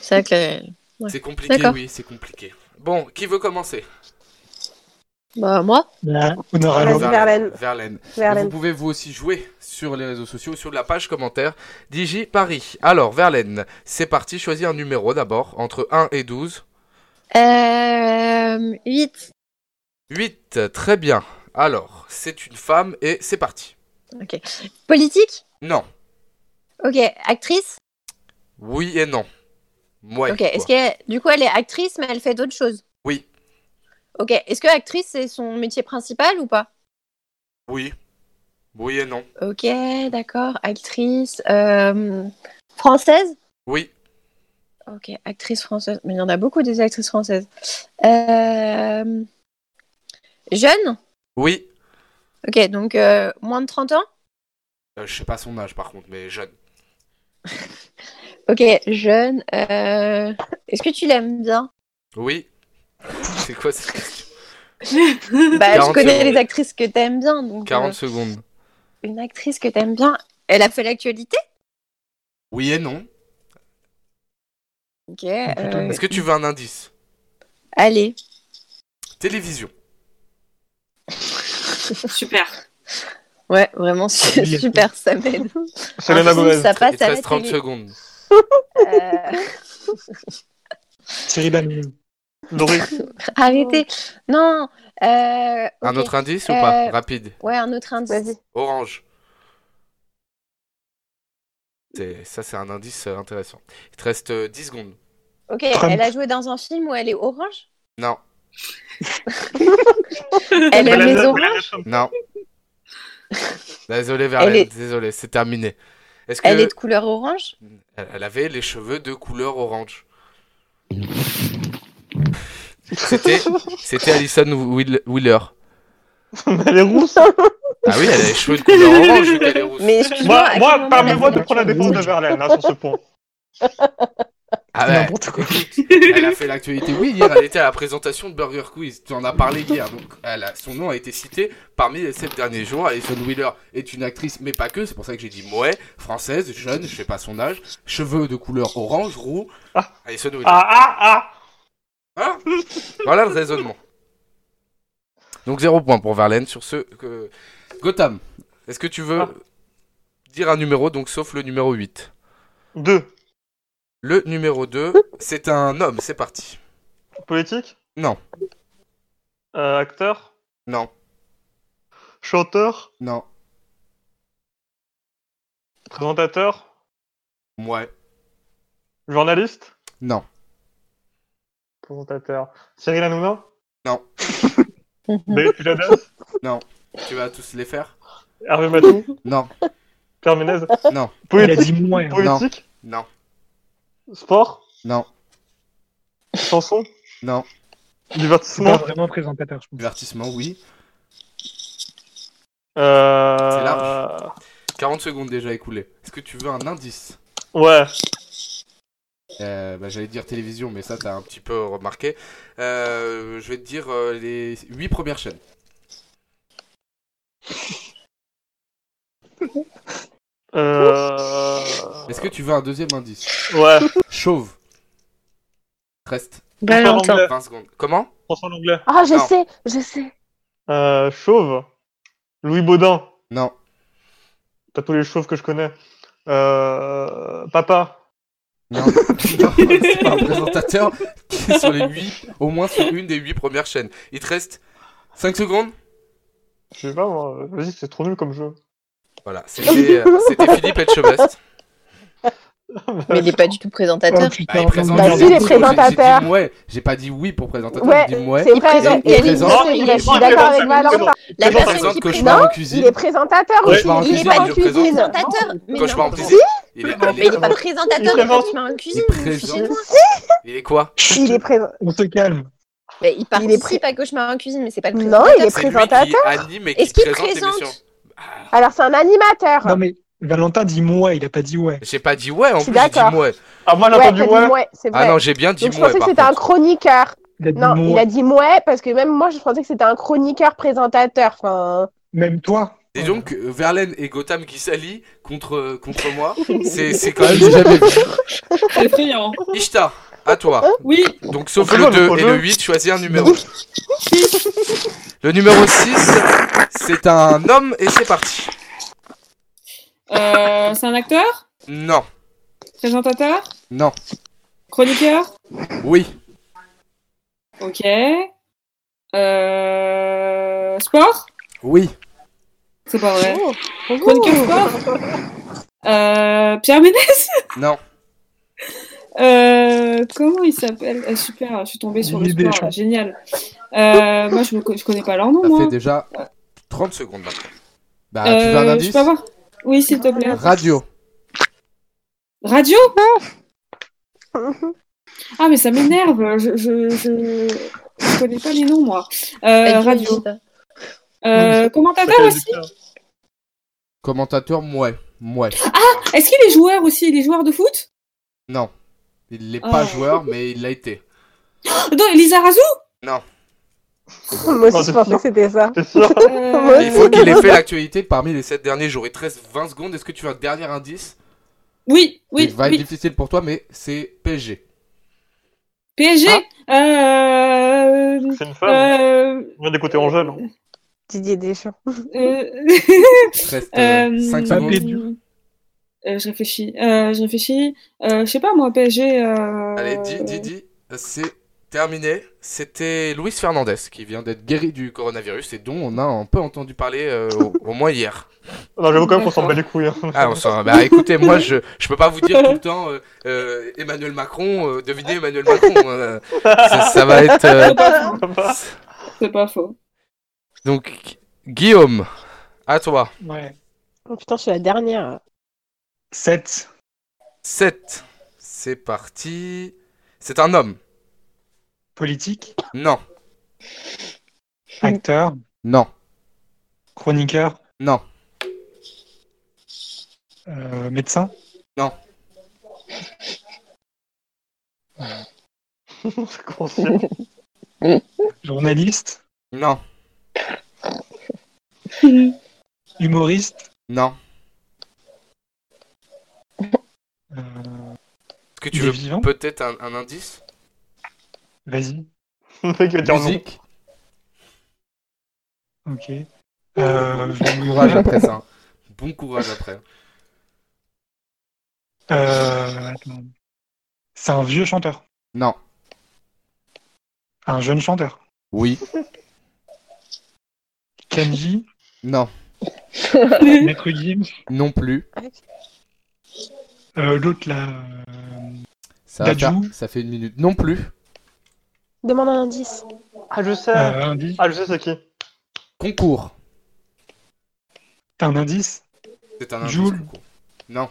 [SPEAKER 2] C'est vrai que euh, Ouais.
[SPEAKER 1] C'est compliqué,
[SPEAKER 2] D'accord.
[SPEAKER 1] oui, c'est compliqué. Bon, qui veut commencer
[SPEAKER 2] bah, moi,
[SPEAKER 5] Là, honorable.
[SPEAKER 4] Vas-y, Verlaine.
[SPEAKER 1] Verlaine. Vous
[SPEAKER 4] Verlaine.
[SPEAKER 1] pouvez vous aussi jouer sur les réseaux sociaux, sur la page commentaire Digi Paris. Alors, Verlaine, c'est parti, choisis un numéro d'abord, entre 1 et 12.
[SPEAKER 2] euh, 8.
[SPEAKER 1] 8, très bien. Alors, c'est une femme et c'est parti.
[SPEAKER 2] Ok. Politique
[SPEAKER 1] Non,
[SPEAKER 2] Ok. Actrice
[SPEAKER 1] oui et non. Ouais.
[SPEAKER 2] Ok.
[SPEAKER 1] quoi.
[SPEAKER 2] Est-ce que du coup, elle est actrice, mais elle fait d'autres choses
[SPEAKER 1] Oui.
[SPEAKER 2] Ok. Est-ce que actrice, c'est son métier principal ou pas
[SPEAKER 1] Oui. Oui et non.
[SPEAKER 2] Ok, d'accord. Actrice euh, française
[SPEAKER 1] Oui.
[SPEAKER 2] Ok, actrice française. Mais il y en a beaucoup des actrices françaises. Euh, Jeune
[SPEAKER 1] Oui.
[SPEAKER 2] Ok, donc euh, moins de 30 ans
[SPEAKER 1] Euh, je sais pas son âge par contre, mais jeune.
[SPEAKER 2] Ok, jeune. euh, Est-ce que tu l'aimes (laughs) bien
[SPEAKER 1] Oui. c'est quoi cette question
[SPEAKER 2] (laughs) Bah,
[SPEAKER 1] 40
[SPEAKER 2] je connais
[SPEAKER 1] secondes.
[SPEAKER 2] les actrices que t'aimes bien. Donc, euh,
[SPEAKER 1] 40 secondes.
[SPEAKER 2] une actrice que t'aimes bien, elle a fait l'actualité
[SPEAKER 1] Oui et non.
[SPEAKER 2] Ok. euh,
[SPEAKER 1] Est-ce que tu veux un indice
[SPEAKER 2] Allez.
[SPEAKER 1] Télévision.
[SPEAKER 6] Super.
[SPEAKER 2] Ouais, (laughs) vraiment, c'est
[SPEAKER 5] Il est
[SPEAKER 2] super, ça m'aide.
[SPEAKER 3] Selena
[SPEAKER 2] Ah, si,
[SPEAKER 3] Gomez.
[SPEAKER 2] Ça
[SPEAKER 1] Il
[SPEAKER 2] passe
[SPEAKER 1] te
[SPEAKER 2] à la
[SPEAKER 1] reste 30
[SPEAKER 2] télé.
[SPEAKER 1] secondes.
[SPEAKER 2] Euh, (laughs)
[SPEAKER 5] Cyril Hanouna.
[SPEAKER 3] Laurie.
[SPEAKER 2] arrêtez. Non. euh,
[SPEAKER 1] Un
[SPEAKER 2] ok.
[SPEAKER 1] autre indice ou pas
[SPEAKER 2] Euh,
[SPEAKER 1] Rapide.
[SPEAKER 2] Ouais, un autre indice.
[SPEAKER 4] Vas-y.
[SPEAKER 1] Orange. C'est- Ça, c'est un indice euh, intéressant. Il te reste euh, 10 secondes.
[SPEAKER 2] Ok,
[SPEAKER 5] Trump.
[SPEAKER 2] elle a joué dans un film où elle est orange
[SPEAKER 1] Non,
[SPEAKER 2] Elle (laughs) aime les
[SPEAKER 3] Melania-
[SPEAKER 2] oranges
[SPEAKER 3] Melania (laughs)
[SPEAKER 2] (laughs)
[SPEAKER 3] Trump.
[SPEAKER 1] non. désolé, Verlaine,
[SPEAKER 2] est-
[SPEAKER 1] désolé, c'est terminé. Est-ce que
[SPEAKER 2] Elle est de couleur orange
[SPEAKER 1] Elle- elle avait les cheveux de couleur orange C'était c'était Alison Wheel- Wheeler.
[SPEAKER 3] Elle est rousse.
[SPEAKER 1] Ah oui, elle a les cheveux de couleur orange. vu qu'elle est rousse.
[SPEAKER 2] Mais excuse-moi. à
[SPEAKER 3] Moi,
[SPEAKER 2] quel
[SPEAKER 3] moi
[SPEAKER 2] moment
[SPEAKER 3] permets-moi
[SPEAKER 2] elle a
[SPEAKER 3] de
[SPEAKER 2] fait
[SPEAKER 3] prendre la défense de
[SPEAKER 2] l'actualité
[SPEAKER 3] Verlaine hein, sur ce point.
[SPEAKER 1] Ah ouais,
[SPEAKER 5] N'importe quoi.
[SPEAKER 1] Elle a fait l'actualité. Oui, hier, elle était à la présentation de Burger Quiz. Tu en as parlé hier. Donc, elle a- son nom a été cité parmi les sept derniers jours. Alison Wheeler est une actrice, mais pas que. C'est pour ça que j'ai dit Mouais, française, jeune, je sais pas son âge, cheveux de couleur orange, roux.
[SPEAKER 3] Ah.
[SPEAKER 1] Alison Wheeler.
[SPEAKER 3] Ah ah ah
[SPEAKER 1] Hein voilà le raisonnement. Donc, zéro point pour Verlaine sur ce. Que... Gotham, est-ce que tu veux
[SPEAKER 3] Ah.
[SPEAKER 1] dire un numéro, donc sauf le numéro 8
[SPEAKER 3] Deux.
[SPEAKER 1] Le numéro 2, c'est un homme. C'est parti.
[SPEAKER 3] Politique
[SPEAKER 1] Non.
[SPEAKER 3] Euh, acteur
[SPEAKER 1] Non,
[SPEAKER 3] Chanteur
[SPEAKER 1] non,
[SPEAKER 3] Présentateur
[SPEAKER 1] ouais,
[SPEAKER 3] Journaliste
[SPEAKER 1] non.
[SPEAKER 3] Présentateur. Cyril Hanouna
[SPEAKER 1] Non.
[SPEAKER 3] (laughs) David Pujadas
[SPEAKER 1] Tu vas tous les faire
[SPEAKER 3] Hervé Matou
[SPEAKER 1] Non,
[SPEAKER 3] Pierre Ménez
[SPEAKER 1] non,
[SPEAKER 5] Elle a
[SPEAKER 3] Politique
[SPEAKER 5] dit moins. hein.
[SPEAKER 3] Politique
[SPEAKER 1] non,
[SPEAKER 3] Sport
[SPEAKER 1] non,
[SPEAKER 3] Chanson
[SPEAKER 1] non.
[SPEAKER 5] C'est pas
[SPEAKER 3] Divertissement
[SPEAKER 5] vraiment présentateur, je pense.
[SPEAKER 1] Divertissement, oui.
[SPEAKER 3] Euh...
[SPEAKER 1] C'est large. 40 secondes déjà écoulées. Est-ce que tu veux un indice
[SPEAKER 3] Ouais.
[SPEAKER 1] Euh, bah, J'allais dire télévision, mais ça, t'as un petit peu remarqué. Euh, je vais te dire euh, les huit premières chaînes.
[SPEAKER 3] Euh...
[SPEAKER 1] Est-ce que tu veux un deuxième indice
[SPEAKER 3] Ouais,
[SPEAKER 1] Chauve. Reste
[SPEAKER 5] Bah,
[SPEAKER 2] Valentin.
[SPEAKER 3] Euh.
[SPEAKER 1] 20 secondes. Comment
[SPEAKER 3] François Langlais.
[SPEAKER 4] Ah, je
[SPEAKER 1] Non.
[SPEAKER 4] sais, je sais.
[SPEAKER 3] Euh, chauve. Louis Baudin.
[SPEAKER 1] Non.
[SPEAKER 3] T'as tous les chauves que je connais. Euh... Papa.
[SPEAKER 1] Non. (laughs) Non, c'est pas un présentateur qui est sur les huit, au moins sur une des huit premières chaînes. Il te reste 5 secondes
[SPEAKER 3] Je sais pas moi. Vas-y, c'est trop nul comme jeu.
[SPEAKER 1] Voilà, c'était euh, c'était Philippe
[SPEAKER 4] (laughs)
[SPEAKER 1] Etchebest.
[SPEAKER 4] Bah,
[SPEAKER 2] Mais il n'est pas du tout
[SPEAKER 5] Oh
[SPEAKER 2] présentateur.
[SPEAKER 1] Bah,
[SPEAKER 5] putain,
[SPEAKER 1] il
[SPEAKER 5] on
[SPEAKER 1] présente-
[SPEAKER 5] va
[SPEAKER 1] j'ai
[SPEAKER 4] Bah,
[SPEAKER 5] me
[SPEAKER 4] si,
[SPEAKER 1] dit-
[SPEAKER 4] il est
[SPEAKER 5] dire.
[SPEAKER 1] j'ai-
[SPEAKER 4] présentateur.
[SPEAKER 1] J'ai dit ouais, j'ai pas dit oui pour présentateur,
[SPEAKER 4] Ouais,
[SPEAKER 1] j'ai dit ouais.
[SPEAKER 4] C'est présent.
[SPEAKER 1] il
[SPEAKER 4] Il
[SPEAKER 1] est
[SPEAKER 4] est
[SPEAKER 1] présent.
[SPEAKER 4] Je suis d'accord avec Valentin.
[SPEAKER 2] La
[SPEAKER 3] je
[SPEAKER 2] personne
[SPEAKER 1] présente
[SPEAKER 2] qui
[SPEAKER 1] Cauchemar
[SPEAKER 2] présente.
[SPEAKER 1] en
[SPEAKER 4] Il
[SPEAKER 1] cuisine.
[SPEAKER 4] est présentateur
[SPEAKER 3] Ouais.
[SPEAKER 4] aussi.
[SPEAKER 1] Cauchemar en
[SPEAKER 4] Il est
[SPEAKER 1] cuisine,
[SPEAKER 4] pas
[SPEAKER 1] je
[SPEAKER 4] en
[SPEAKER 1] le présente.
[SPEAKER 4] cuisine.
[SPEAKER 2] Présentateur. Mais
[SPEAKER 1] Cauchemar en
[SPEAKER 2] non.
[SPEAKER 1] cuisine. Il est,
[SPEAKER 2] Mais il n'est pas présentateur de
[SPEAKER 3] Il présente.
[SPEAKER 2] Cauchemar en cuisine.
[SPEAKER 1] Il
[SPEAKER 2] vous vous fichez de
[SPEAKER 1] présente.
[SPEAKER 2] moi.
[SPEAKER 1] il est quoi
[SPEAKER 4] Il est présent.
[SPEAKER 5] On se calme.
[SPEAKER 2] Mais il
[SPEAKER 4] Il est
[SPEAKER 2] participe à Cauchemar en cuisine, mais c'est pas le
[SPEAKER 4] Non, il
[SPEAKER 1] C'est lui
[SPEAKER 2] présentateur.
[SPEAKER 4] est
[SPEAKER 1] qui
[SPEAKER 4] Présentateur
[SPEAKER 1] anime et qui
[SPEAKER 2] Est-ce qu'il
[SPEAKER 1] présente l'émission.
[SPEAKER 2] présente
[SPEAKER 4] Alors, c'est un animateur.
[SPEAKER 5] Non mais Valentin dit moi, il a pas dit ouais.
[SPEAKER 1] J'ai pas dit ouais en
[SPEAKER 4] Je suis
[SPEAKER 1] plus, j'ai dit
[SPEAKER 4] d'accord.
[SPEAKER 1] ouais.
[SPEAKER 3] Ah, moi j'ai
[SPEAKER 4] Ouais,
[SPEAKER 3] entendu
[SPEAKER 4] t'as dit
[SPEAKER 3] ouais.
[SPEAKER 4] mouais, c'est
[SPEAKER 1] Ah
[SPEAKER 4] vrai.
[SPEAKER 1] non, j'ai bien dit
[SPEAKER 4] Donc, je
[SPEAKER 1] mouais
[SPEAKER 4] pensais que
[SPEAKER 1] par
[SPEAKER 4] c'était un
[SPEAKER 1] contre.
[SPEAKER 4] chroniqueur.
[SPEAKER 5] Il a dit
[SPEAKER 4] Non,
[SPEAKER 5] moi.
[SPEAKER 4] il a dit mouais parce que même moi, je pensais que c'était un chroniqueur présentateur. Enfin, (laughs)
[SPEAKER 5] Même toi.
[SPEAKER 1] Et donc, euh, Verlaine et Gotham qui s'allient contre, euh, contre moi, c'est c'est quand même
[SPEAKER 5] jamais vu.
[SPEAKER 6] C'est (laughs) effrayant.
[SPEAKER 1] Ishtar, à toi.
[SPEAKER 6] Oui,
[SPEAKER 1] Donc, sauf
[SPEAKER 3] On
[SPEAKER 1] le
[SPEAKER 3] peut pas
[SPEAKER 1] 2
[SPEAKER 3] le
[SPEAKER 1] et le
[SPEAKER 3] jeu.
[SPEAKER 1] 8, choisis un numéro. Le numéro 6, c'est un homme et c'est parti.
[SPEAKER 6] euh, c'est un acteur,
[SPEAKER 1] Non,
[SPEAKER 6] présentateur,
[SPEAKER 1] non,
[SPEAKER 6] chroniqueur.
[SPEAKER 1] oui,
[SPEAKER 6] Ok. Euh, sport
[SPEAKER 1] oui,
[SPEAKER 6] C'est pas vrai.
[SPEAKER 4] oh, oh.
[SPEAKER 6] Chroniqueur sport euh, Pierre Ménès
[SPEAKER 1] non,
[SPEAKER 6] euh, Comment il s'appelle Ah, Super, je suis tombée sur le
[SPEAKER 5] Didier
[SPEAKER 6] sport.
[SPEAKER 5] Deschamps.
[SPEAKER 6] Génial. Euh, moi, je, me co- je connais pas leur nom, hein.
[SPEAKER 1] ça fait
[SPEAKER 6] moi.
[SPEAKER 1] déjà 30 secondes maintenant. Bah, tu veux un
[SPEAKER 6] Euh, je
[SPEAKER 1] indice
[SPEAKER 6] peux avoir Oui, s'il te plaît.
[SPEAKER 1] Radio.
[SPEAKER 6] Radio Ah, mais ça m'énerve. Je, je, je... je connais pas les noms, moi. Euh, radio. Euh, commentateur aussi
[SPEAKER 1] Commentateur, mouais, mouais.
[SPEAKER 6] Est-ce qu'il est joueur aussi Il est joueur de foot
[SPEAKER 1] Non, il n'est pas
[SPEAKER 6] Ah.
[SPEAKER 1] joueur, mais il l'a été.
[SPEAKER 6] Non, Elisa Razou
[SPEAKER 4] Moi
[SPEAKER 3] Non,
[SPEAKER 4] aussi, je
[SPEAKER 3] c'est-
[SPEAKER 4] pensais que c'était ça.
[SPEAKER 3] C'est sûr.
[SPEAKER 4] Oh,
[SPEAKER 6] Euh,
[SPEAKER 1] Il faut qu'il ait fait l'actualité parmi les 7 derniers jours. Il te reste 20 secondes. Est-ce que tu veux un dernier indice
[SPEAKER 6] Oui, oui,
[SPEAKER 1] Il va être
[SPEAKER 6] oui.
[SPEAKER 1] difficile pour toi, mais c'est PSG.
[SPEAKER 6] PSG
[SPEAKER 1] Ah.
[SPEAKER 6] euh,
[SPEAKER 3] C'est une femme.
[SPEAKER 6] euh,
[SPEAKER 3] On vient d'écouter Angèle.
[SPEAKER 4] Didier Deschamps.
[SPEAKER 6] euh,
[SPEAKER 1] Il
[SPEAKER 6] (laughs)
[SPEAKER 1] te reste
[SPEAKER 6] Euh,
[SPEAKER 1] 5
[SPEAKER 5] Mbappé.
[SPEAKER 1] secondes.
[SPEAKER 6] euh, je réfléchis, euh, je réfléchis. Euh, je sais pas moi, PSG. Euh...
[SPEAKER 1] Allez, Di- Didi, c'est terminé. C'était Luis Fernandez qui vient d'être guéri du coronavirus et dont on a un peu entendu parler euh, au, au moins hier.
[SPEAKER 3] Non, j'avoue quand même qu'on s'en
[SPEAKER 6] D'accord.
[SPEAKER 3] bat les couilles. hein.
[SPEAKER 1] Ah, on s'en- bah écoutez, moi je, je peux pas vous dire tout le temps euh, euh, Emmanuel Macron, euh, devinez Emmanuel Macron. euh, ça, ça va être. euh,
[SPEAKER 4] (laughs)
[SPEAKER 6] (laughs) C'est pas faux.
[SPEAKER 1] (laughs)
[SPEAKER 3] Papa.
[SPEAKER 6] C'est pas faux.
[SPEAKER 1] Donc, Guillaume, à toi.
[SPEAKER 5] Ouais.
[SPEAKER 4] Oh putain, je suis la dernière.
[SPEAKER 5] 7.
[SPEAKER 1] 7. C'est parti. C'est un homme.
[SPEAKER 5] Politique.
[SPEAKER 1] Non,
[SPEAKER 5] Acteur.
[SPEAKER 1] non,
[SPEAKER 5] Chroniqueur.
[SPEAKER 1] non.
[SPEAKER 5] euh, médecin.
[SPEAKER 3] C'est con, c'est-
[SPEAKER 5] Journaliste.
[SPEAKER 1] Non,
[SPEAKER 5] Humoriste.
[SPEAKER 1] non.
[SPEAKER 5] euh,
[SPEAKER 1] Est-ce que tu
[SPEAKER 5] il est
[SPEAKER 1] veux
[SPEAKER 5] vivant.
[SPEAKER 1] peut-être un, un indice
[SPEAKER 5] Vas-y.
[SPEAKER 3] Le mec va dire non.
[SPEAKER 1] Musique
[SPEAKER 5] Ok. Euh,
[SPEAKER 1] Bon courage après ça. (laughs) Bon courage après.
[SPEAKER 5] euh, attends. C'est un vieux chanteur.
[SPEAKER 1] Non.
[SPEAKER 5] Un jeune chanteur.
[SPEAKER 1] Oui.
[SPEAKER 5] Kenji.
[SPEAKER 1] Non.
[SPEAKER 5] Maître Gims.
[SPEAKER 1] Non plus.
[SPEAKER 5] euh, L'autre là. euh,
[SPEAKER 1] Ça, va
[SPEAKER 5] Dadju.
[SPEAKER 1] faire- ça fait une minute. Non plus.
[SPEAKER 4] Demande un indice.
[SPEAKER 3] Ah, je sais.
[SPEAKER 5] euh, indice.
[SPEAKER 3] Ah, je sais c'est qui.
[SPEAKER 1] Concours.
[SPEAKER 5] T'as un indice
[SPEAKER 1] C'est un indice.
[SPEAKER 5] Jules.
[SPEAKER 1] concours.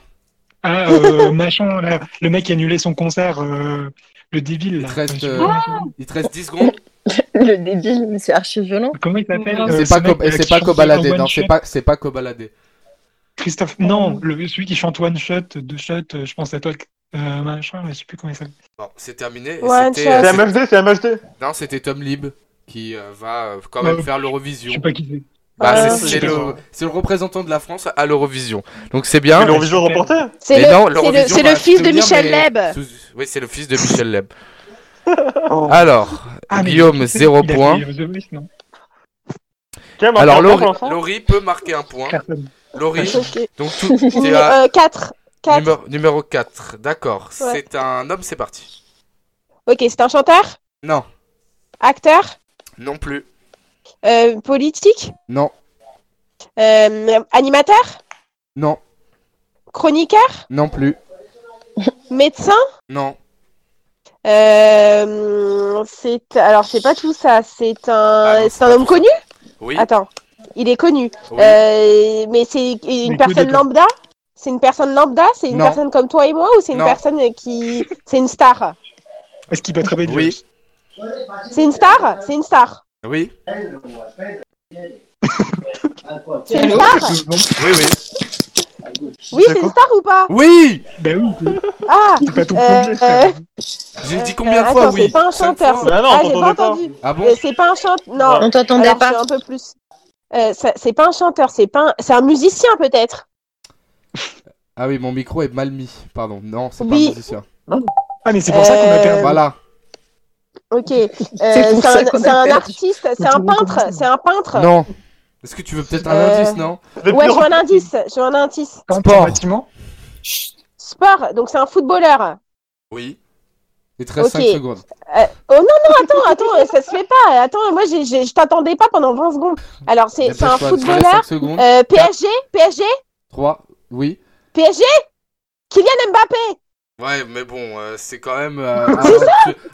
[SPEAKER 4] (laughs)
[SPEAKER 5] Ah, euh, machin, là, le mec qui a annulé son concert, euh, le débile. Là.
[SPEAKER 1] Il te reste,
[SPEAKER 5] Je sais
[SPEAKER 1] euh,
[SPEAKER 5] pas
[SPEAKER 1] Il te reste 10 secondes.
[SPEAKER 2] (laughs) Le débile, mais c'est archi violent.
[SPEAKER 5] Comment il s'appelle
[SPEAKER 6] C'est
[SPEAKER 5] euh,
[SPEAKER 1] C'est
[SPEAKER 5] ce
[SPEAKER 1] pas,
[SPEAKER 5] mec,
[SPEAKER 1] co-
[SPEAKER 5] euh,
[SPEAKER 1] c'est
[SPEAKER 5] qui
[SPEAKER 1] pas
[SPEAKER 5] chante
[SPEAKER 1] cobaladé.
[SPEAKER 5] One
[SPEAKER 1] Non,
[SPEAKER 5] Shot
[SPEAKER 1] c'est pas, c'est pas cobaladé.
[SPEAKER 5] Christophe, non, le, celui qui chante One Shot, Deux Shot, euh, je pense à toi, Euh, machin, là, je sais plus comment il s'appelle.
[SPEAKER 1] Bon, c'est terminé.
[SPEAKER 4] Ouais,
[SPEAKER 1] C'était-
[SPEAKER 4] tu as-
[SPEAKER 3] C'est
[SPEAKER 1] euh, c'est-
[SPEAKER 3] MHD, c'est MHD.
[SPEAKER 1] non, c'était Tom Lib qui euh, va euh, quand
[SPEAKER 5] Ouais.
[SPEAKER 1] même faire
[SPEAKER 5] Je sais
[SPEAKER 1] l'Eurovision.
[SPEAKER 5] pas qui c'est.
[SPEAKER 1] Bah,
[SPEAKER 4] Euh,
[SPEAKER 1] c'est- c'est
[SPEAKER 3] je sais
[SPEAKER 1] le,
[SPEAKER 3] pas.
[SPEAKER 1] c'est le représentant de la France à l'Eurovision. Donc c'est bien.
[SPEAKER 3] Mais l'Eurovision
[SPEAKER 5] super.
[SPEAKER 3] reportée
[SPEAKER 4] C'est
[SPEAKER 1] Mais
[SPEAKER 4] le,
[SPEAKER 1] non,
[SPEAKER 4] c'est le,
[SPEAKER 1] l'Eurovision bah,
[SPEAKER 4] c'est le
[SPEAKER 1] va
[SPEAKER 4] fils de
[SPEAKER 1] tenir,
[SPEAKER 4] Michel
[SPEAKER 1] mais
[SPEAKER 4] Leb.
[SPEAKER 1] sous- Oui, c'est le fils de Michel Leb.
[SPEAKER 3] (laughs) Oh.
[SPEAKER 1] Alors,
[SPEAKER 5] Ah, mais
[SPEAKER 1] Guillaume,
[SPEAKER 5] qui c'est
[SPEAKER 1] 0
[SPEAKER 5] qui l'a
[SPEAKER 1] points.
[SPEAKER 5] fait, euh, The Voice, non
[SPEAKER 3] Tiens, bah,
[SPEAKER 1] Alors,
[SPEAKER 3] encore
[SPEAKER 1] Laurie,
[SPEAKER 3] pour l'instant.
[SPEAKER 1] Laurie peut marquer un point.
[SPEAKER 5] Personne.
[SPEAKER 1] Laurie,
[SPEAKER 4] Ok.
[SPEAKER 1] donc tout. t'es
[SPEAKER 3] (laughs)
[SPEAKER 1] à
[SPEAKER 4] Euh, 4. 4.
[SPEAKER 1] numéro, 4. D'accord.
[SPEAKER 4] Ouais.
[SPEAKER 1] C'est un homme, c'est parti.
[SPEAKER 4] Ok, c'est un chanteur
[SPEAKER 1] Non.
[SPEAKER 4] Acteur
[SPEAKER 1] Non plus.
[SPEAKER 4] euh, Politique
[SPEAKER 1] Non.
[SPEAKER 4] euh, Animateur
[SPEAKER 1] Non.
[SPEAKER 4] Chroniqueur
[SPEAKER 1] Non plus.
[SPEAKER 4] Médecin
[SPEAKER 1] Non.
[SPEAKER 4] euh, c'est alors c'est pas tout ça c'est
[SPEAKER 1] Ah
[SPEAKER 4] un
[SPEAKER 1] non, c'est
[SPEAKER 4] c'est un
[SPEAKER 1] pas
[SPEAKER 4] homme
[SPEAKER 1] tout ça.
[SPEAKER 4] connu
[SPEAKER 1] Oui.
[SPEAKER 4] attends il est connu
[SPEAKER 1] oui.
[SPEAKER 4] Euh, mais c'est une
[SPEAKER 5] Mais que
[SPEAKER 4] personne
[SPEAKER 5] des-
[SPEAKER 4] lambda c'est une personne lambda c'est une
[SPEAKER 1] Non.
[SPEAKER 4] personne comme toi et moi ou c'est une
[SPEAKER 1] Non.
[SPEAKER 4] personne qui c'est une star
[SPEAKER 5] Est-ce qu'il peut attraper du
[SPEAKER 1] Oui.
[SPEAKER 4] c'est une star c'est une star
[SPEAKER 1] Oui.
[SPEAKER 4] c'est une
[SPEAKER 5] Bah
[SPEAKER 4] star
[SPEAKER 1] Oui. Oui.
[SPEAKER 4] oui c'est une star ou pas
[SPEAKER 1] Oui.
[SPEAKER 5] Bah oui,
[SPEAKER 4] ah
[SPEAKER 5] c'est pas ton
[SPEAKER 4] Euh,
[SPEAKER 5] projet. frère.
[SPEAKER 1] J'ai dit
[SPEAKER 4] Euh,
[SPEAKER 1] combien de
[SPEAKER 4] attends,
[SPEAKER 1] fois oui
[SPEAKER 4] C'est pas un
[SPEAKER 1] Cinq
[SPEAKER 4] chanteur.
[SPEAKER 1] fois
[SPEAKER 3] Bah non,
[SPEAKER 4] ah,
[SPEAKER 3] on
[SPEAKER 4] j'ai pas
[SPEAKER 3] t'entendait pas.
[SPEAKER 4] entendu.
[SPEAKER 1] Ah bon
[SPEAKER 4] Euh, C'est pas un chanteur. Non.
[SPEAKER 2] On t'entendait
[SPEAKER 4] Alors, je suis
[SPEAKER 2] pas.
[SPEAKER 4] un peu plus. Euh, ça- c'est pas un chanteur, c'est pas un... c'est un musicien peut-être.
[SPEAKER 1] Ah oui, mon micro est mal mis. Pardon. Non, c'est pas
[SPEAKER 4] Oui.
[SPEAKER 1] un musicien.
[SPEAKER 5] Ah, mais c'est pour ça qu'on a
[SPEAKER 4] Euh,
[SPEAKER 5] perdu.
[SPEAKER 1] Voilà.
[SPEAKER 4] Ok. Euh,
[SPEAKER 2] (laughs) C'est pour
[SPEAKER 4] c'est
[SPEAKER 2] ça
[SPEAKER 4] un,
[SPEAKER 2] qu'on a
[SPEAKER 4] c'est un
[SPEAKER 2] perdu.
[SPEAKER 4] artiste, c'est un
[SPEAKER 5] Retournons
[SPEAKER 4] peintre,
[SPEAKER 5] comme ça.
[SPEAKER 4] c'est un peintre.
[SPEAKER 1] Non. Est-ce que tu veux peut-être un
[SPEAKER 4] Euh,
[SPEAKER 1] indice, non
[SPEAKER 3] Mais
[SPEAKER 4] Ouais,
[SPEAKER 3] plus-
[SPEAKER 4] je veux un indice, je veux un indice.
[SPEAKER 5] Quand
[SPEAKER 1] Sport.
[SPEAKER 5] un bâtiment
[SPEAKER 4] Sport, donc c'est un footballeur.
[SPEAKER 1] Oui. Il te reste
[SPEAKER 4] Ok.
[SPEAKER 1] 5 secondes.
[SPEAKER 4] Oh non, non, attends, attends,
[SPEAKER 2] (laughs)
[SPEAKER 4] euh, ça se fait pas. Attends, moi j'ai- j'ai- je t'attendais pas pendant 20 secondes. Alors c'est c'est un
[SPEAKER 1] Dépêche-toi, il te reste
[SPEAKER 4] footballeur,
[SPEAKER 1] 5 secondes.
[SPEAKER 4] euh, PSG, PSG,
[SPEAKER 1] 3. Oui.
[SPEAKER 4] PSG, Kylian Mbappé.
[SPEAKER 1] Ouais, mais bon, euh, c'est quand même. euh,
[SPEAKER 4] (laughs)
[SPEAKER 1] avant-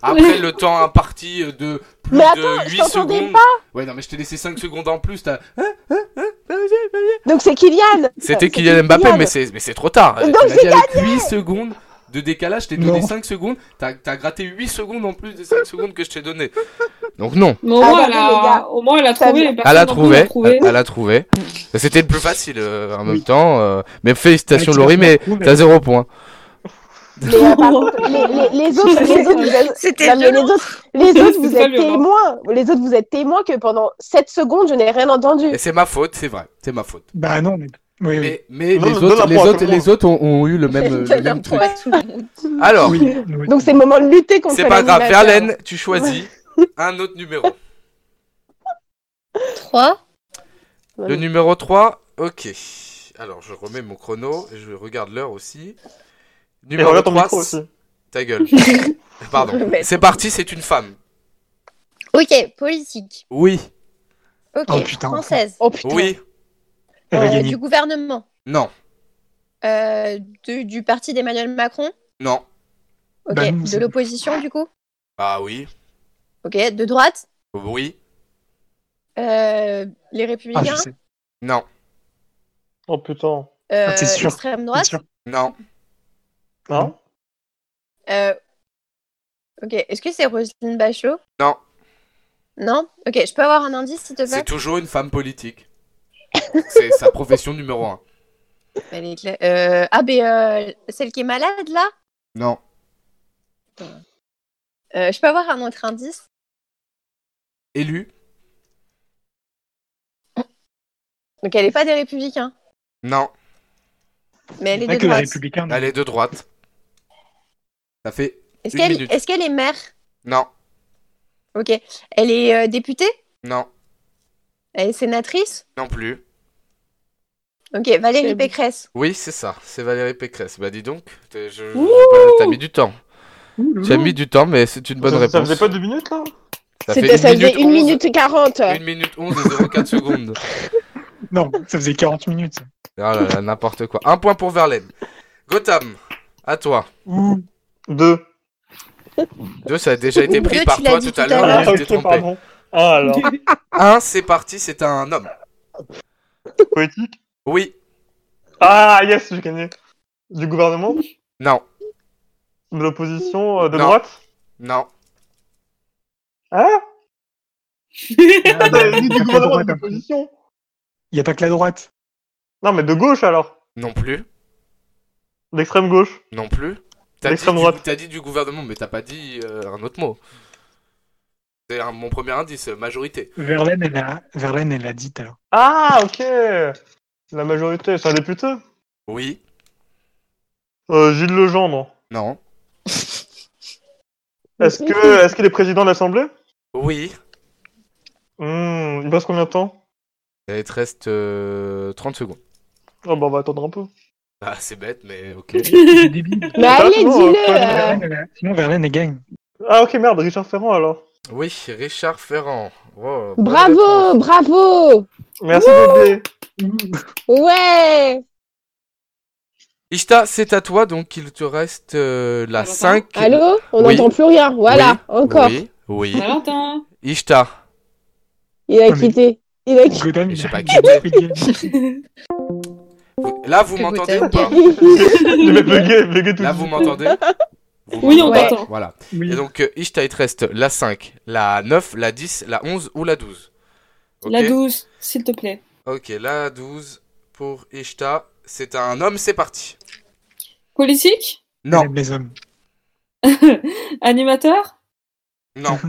[SPEAKER 1] après le temps imparti euh, de plus
[SPEAKER 4] Mais
[SPEAKER 1] de
[SPEAKER 4] je
[SPEAKER 1] 8
[SPEAKER 4] t'entendais
[SPEAKER 1] secondes. Ouais, non, mais je t'ai laissé 5 secondes en plus. t'as- Hein
[SPEAKER 4] Donc c'est Kylian. Euh,
[SPEAKER 1] C'était
[SPEAKER 4] C'est
[SPEAKER 1] Kylian Mbappé, mais c'est, mais c'est trop tard.
[SPEAKER 4] Donc,
[SPEAKER 1] Tu l'as
[SPEAKER 4] j'ai
[SPEAKER 1] dit avec 8 secondes de décalage, je t'ai donné
[SPEAKER 5] Non.
[SPEAKER 1] 5 secondes. T'as, t'as gratté 8 secondes en plus des 5 secondes que je t'ai donné. Donc, non.
[SPEAKER 6] Mais au moins,
[SPEAKER 4] Regardez,
[SPEAKER 6] elle
[SPEAKER 4] les gars.
[SPEAKER 6] a, au moins, elle a
[SPEAKER 4] Ça
[SPEAKER 6] trouvé.
[SPEAKER 4] vient.
[SPEAKER 6] les personnes
[SPEAKER 1] Elle a
[SPEAKER 6] en plus
[SPEAKER 1] trouvé. Mm.
[SPEAKER 6] l'ont trouvé.
[SPEAKER 1] Elle a trouvé. C'était le plus facile euh, en même temps. euh, mais
[SPEAKER 5] Ah,
[SPEAKER 1] félicitations,
[SPEAKER 5] tu
[SPEAKER 1] Laurie,
[SPEAKER 5] l'as
[SPEAKER 1] mais
[SPEAKER 5] trouvé.
[SPEAKER 1] t'as 0 point.
[SPEAKER 4] Mais euh, par contre, les, les- les autres,
[SPEAKER 1] (laughs)
[SPEAKER 4] les autres, vous êtes,
[SPEAKER 2] C'était
[SPEAKER 4] non, mais les
[SPEAKER 2] violent.
[SPEAKER 4] autres, les autres, vous
[SPEAKER 6] C'était pas
[SPEAKER 4] êtes
[SPEAKER 6] violent.
[SPEAKER 4] témoins. Les autres, vous êtes témoins que pendant 7 secondes, je n'ai rien entendu.
[SPEAKER 1] Et c'est ma faute, c'est vrai. C'est ma faute.
[SPEAKER 5] Bah non, mais. Oui, oui.
[SPEAKER 1] Mais, mais
[SPEAKER 3] Non,
[SPEAKER 1] les,
[SPEAKER 3] mais donne
[SPEAKER 1] autres,
[SPEAKER 3] la
[SPEAKER 1] les,
[SPEAKER 3] pointe,
[SPEAKER 1] autres,
[SPEAKER 3] c'est bon.
[SPEAKER 1] les autres ont, ont eu le même, le même truc. Alors,
[SPEAKER 5] oui, oui.
[SPEAKER 4] Donc c'est le moment de lutter contre
[SPEAKER 1] c'est pas grave.
[SPEAKER 4] l'animateur.
[SPEAKER 1] Verlaine, tu choisis un autre numéro.
[SPEAKER 2] 3.
[SPEAKER 1] Le numéro 3, ok. Alors, je remets mon chrono. Je regarde l'heure aussi.
[SPEAKER 3] Et
[SPEAKER 1] Numéro
[SPEAKER 3] regarde ton
[SPEAKER 1] 3,
[SPEAKER 3] micro aussi.
[SPEAKER 1] ta gueule. Pardon.
[SPEAKER 2] Mais-
[SPEAKER 1] C'est parti, c'est une femme.
[SPEAKER 2] Ok, politique.
[SPEAKER 1] Oui.
[SPEAKER 2] Ok,
[SPEAKER 5] Oh, putain.
[SPEAKER 2] française.
[SPEAKER 4] Oh putain.
[SPEAKER 1] Oui.
[SPEAKER 5] Elle va
[SPEAKER 2] Euh,
[SPEAKER 5] gagner.
[SPEAKER 2] du gouvernement.
[SPEAKER 1] Non.
[SPEAKER 2] Euh, de- du parti d'Emmanuel Macron.
[SPEAKER 1] Non.
[SPEAKER 2] Ok,
[SPEAKER 5] Bah, nous,
[SPEAKER 2] de
[SPEAKER 5] c'est-
[SPEAKER 2] l'opposition du coup.
[SPEAKER 1] Ah oui.
[SPEAKER 2] Ok, de droite.
[SPEAKER 1] Oui.
[SPEAKER 2] Euh, les
[SPEAKER 5] Ah, je
[SPEAKER 2] républicains.
[SPEAKER 5] sais,
[SPEAKER 1] Non.
[SPEAKER 3] Oh putain.
[SPEAKER 2] euh,
[SPEAKER 5] Ah, c'est sûr.
[SPEAKER 2] extrême
[SPEAKER 5] c'est
[SPEAKER 2] droite.
[SPEAKER 5] sûr.
[SPEAKER 1] Non.
[SPEAKER 3] Hein
[SPEAKER 2] Euh, Ok, est-ce que c'est Roselyne Bachelot
[SPEAKER 1] Non.
[SPEAKER 2] Non Ok, je peux avoir un indice s'il te
[SPEAKER 1] C'est
[SPEAKER 2] plaît
[SPEAKER 1] toujours une femme politique. (laughs) C'est sa profession numéro 1.
[SPEAKER 2] Elle est cla- euh, Ah, ben, euh, celle qui est malade là
[SPEAKER 1] Non.
[SPEAKER 2] Euh, Je peux avoir un autre indice
[SPEAKER 1] Élu.
[SPEAKER 2] Donc elle n'est pas des Républicains,
[SPEAKER 1] Non.
[SPEAKER 2] mais elle est
[SPEAKER 5] Pas
[SPEAKER 2] de
[SPEAKER 5] que les
[SPEAKER 2] droite.
[SPEAKER 5] républicains. non.
[SPEAKER 1] Elle est de droite. Ça fait.
[SPEAKER 2] Est-ce
[SPEAKER 1] une
[SPEAKER 2] qu'elle
[SPEAKER 1] minute.
[SPEAKER 2] est, est maire
[SPEAKER 1] Non.
[SPEAKER 2] Ok. Elle est euh, députée
[SPEAKER 1] Non.
[SPEAKER 2] Elle est sénatrice
[SPEAKER 1] Non plus.
[SPEAKER 2] Ok, Valérie
[SPEAKER 4] C'est-
[SPEAKER 2] Pécresse.
[SPEAKER 1] Oui, c'est ça. C'est Valérie Pécresse. Bah, dis donc. t'es- je-
[SPEAKER 5] Ouh
[SPEAKER 1] je- T'as mis du temps.
[SPEAKER 5] Ouh là
[SPEAKER 1] Tu as
[SPEAKER 5] là.
[SPEAKER 1] mis du temps, mais c'est une bonne
[SPEAKER 3] ça,
[SPEAKER 1] réponse.
[SPEAKER 3] ça faisait pas deux minutes là
[SPEAKER 1] Ça
[SPEAKER 4] C'était- Ça faisait 1
[SPEAKER 1] 11,
[SPEAKER 4] minute 40.
[SPEAKER 1] 1 minute 11 et 04 secondes.
[SPEAKER 5] Non, ça faisait
[SPEAKER 1] (laughs)
[SPEAKER 5] 40 minutes.
[SPEAKER 1] Ah là là, n'importe quoi. Un point pour Verlaine. Gotham, à toi.
[SPEAKER 5] Ouh.
[SPEAKER 3] Deux.
[SPEAKER 1] Deux, ça a déjà été pris
[SPEAKER 2] Deux,
[SPEAKER 1] par
[SPEAKER 2] tu l'as
[SPEAKER 1] toi
[SPEAKER 2] dit
[SPEAKER 1] tout à
[SPEAKER 2] tout à
[SPEAKER 1] l'heure,
[SPEAKER 2] l'heure.
[SPEAKER 1] mais
[SPEAKER 3] Ah,
[SPEAKER 1] tu t'es trompé.
[SPEAKER 3] pardon. Ah alors,
[SPEAKER 1] Un, c'est parti, c'est un homme.
[SPEAKER 3] poétique.
[SPEAKER 1] Oui,
[SPEAKER 3] Ah yes, j'ai gagné. Du gouvernement
[SPEAKER 1] non,
[SPEAKER 3] De l'opposition euh, de
[SPEAKER 1] Non.
[SPEAKER 3] droite
[SPEAKER 1] non,
[SPEAKER 3] Hein
[SPEAKER 6] (laughs)
[SPEAKER 5] Ah, bah,
[SPEAKER 3] T'as dit (laughs) du
[SPEAKER 5] y a pas que la
[SPEAKER 3] gouvernement
[SPEAKER 5] droite,
[SPEAKER 3] de
[SPEAKER 5] hein.
[SPEAKER 3] l'opposition
[SPEAKER 5] Il n'y a pas que la droite.
[SPEAKER 3] Non mais de gauche alors
[SPEAKER 1] non plus,
[SPEAKER 3] D'extrême gauche
[SPEAKER 1] non plus. T'as dit,
[SPEAKER 3] L'extrême
[SPEAKER 1] du-
[SPEAKER 3] droite.
[SPEAKER 1] t'as dit du gouvernement, mais t'as pas dit euh, un autre mot. C'est un- mon premier indice, majorité.
[SPEAKER 5] Verlaine, elle a, Verlaine, elle a dit tout
[SPEAKER 1] (laughs)
[SPEAKER 5] à l'heure.
[SPEAKER 3] Ah, ok La majorité, c'est un député
[SPEAKER 1] Oui.
[SPEAKER 3] euh, Gilles Legendre.
[SPEAKER 1] Non.
[SPEAKER 3] Est-ce que est-ce qu'il est président de l'Assemblée
[SPEAKER 1] Oui.
[SPEAKER 3] Hmm, Il passe combien de temps
[SPEAKER 1] Et il te reste euh, 30 secondes.
[SPEAKER 3] Oh bah on va attendre un peu.
[SPEAKER 1] Ah, c'est bête, mais ok.
[SPEAKER 5] C'est débile.
[SPEAKER 4] Mais allez,
[SPEAKER 3] non,
[SPEAKER 4] dis-le. euh,
[SPEAKER 5] Verlaine, elle a- Sinon, Verlaine,
[SPEAKER 1] (laughs)
[SPEAKER 5] elle gagne.
[SPEAKER 3] Ah ok merde, Richard Ferrand alors.
[SPEAKER 1] Oui, Richard Ferrand. Oh, bonne réponse.
[SPEAKER 4] Bravo, bravo.
[SPEAKER 3] Merci bébé.
[SPEAKER 4] Ouais.
[SPEAKER 1] Ishta, c'est à toi, donc il te reste euh, la
[SPEAKER 6] On l'entend
[SPEAKER 1] 5.
[SPEAKER 4] Allô On
[SPEAKER 1] Oui.
[SPEAKER 4] n'entend plus rien. Voilà, encore.
[SPEAKER 1] Oui, oui. (laughs)
[SPEAKER 6] On l'entend.
[SPEAKER 1] Ishta.
[SPEAKER 4] Il a
[SPEAKER 5] Ah, mais-
[SPEAKER 4] quitté. Il a quitté.
[SPEAKER 5] Godam,
[SPEAKER 1] Je
[SPEAKER 5] il
[SPEAKER 1] sais
[SPEAKER 5] a-
[SPEAKER 1] pas
[SPEAKER 5] il a beaucoup de gains.
[SPEAKER 1] Vous- Là, vous
[SPEAKER 2] Que
[SPEAKER 1] m'entendez ou
[SPEAKER 2] vous
[SPEAKER 1] pas
[SPEAKER 3] Il m'a plugué, plugué tout
[SPEAKER 1] Là,
[SPEAKER 3] de
[SPEAKER 1] vous
[SPEAKER 3] suite.
[SPEAKER 1] m'entendez
[SPEAKER 6] (laughs)
[SPEAKER 1] Vous
[SPEAKER 6] Oui, on
[SPEAKER 1] m'entendez
[SPEAKER 6] t'entend.
[SPEAKER 1] Voilà.
[SPEAKER 5] Oui.
[SPEAKER 1] Et donc, euh, Ishta, il te reste la 5, la 9, la 10, la 11 ou la 12. Ok.
[SPEAKER 6] La 12, s'il te plaît.
[SPEAKER 1] Ok, la 12 pour Ishta. C'est un homme, c'est parti.
[SPEAKER 6] Politique
[SPEAKER 5] Elle
[SPEAKER 1] Non,
[SPEAKER 5] aime
[SPEAKER 1] (laughs)
[SPEAKER 5] les hommes.
[SPEAKER 6] Animateur
[SPEAKER 1] (laughs) non.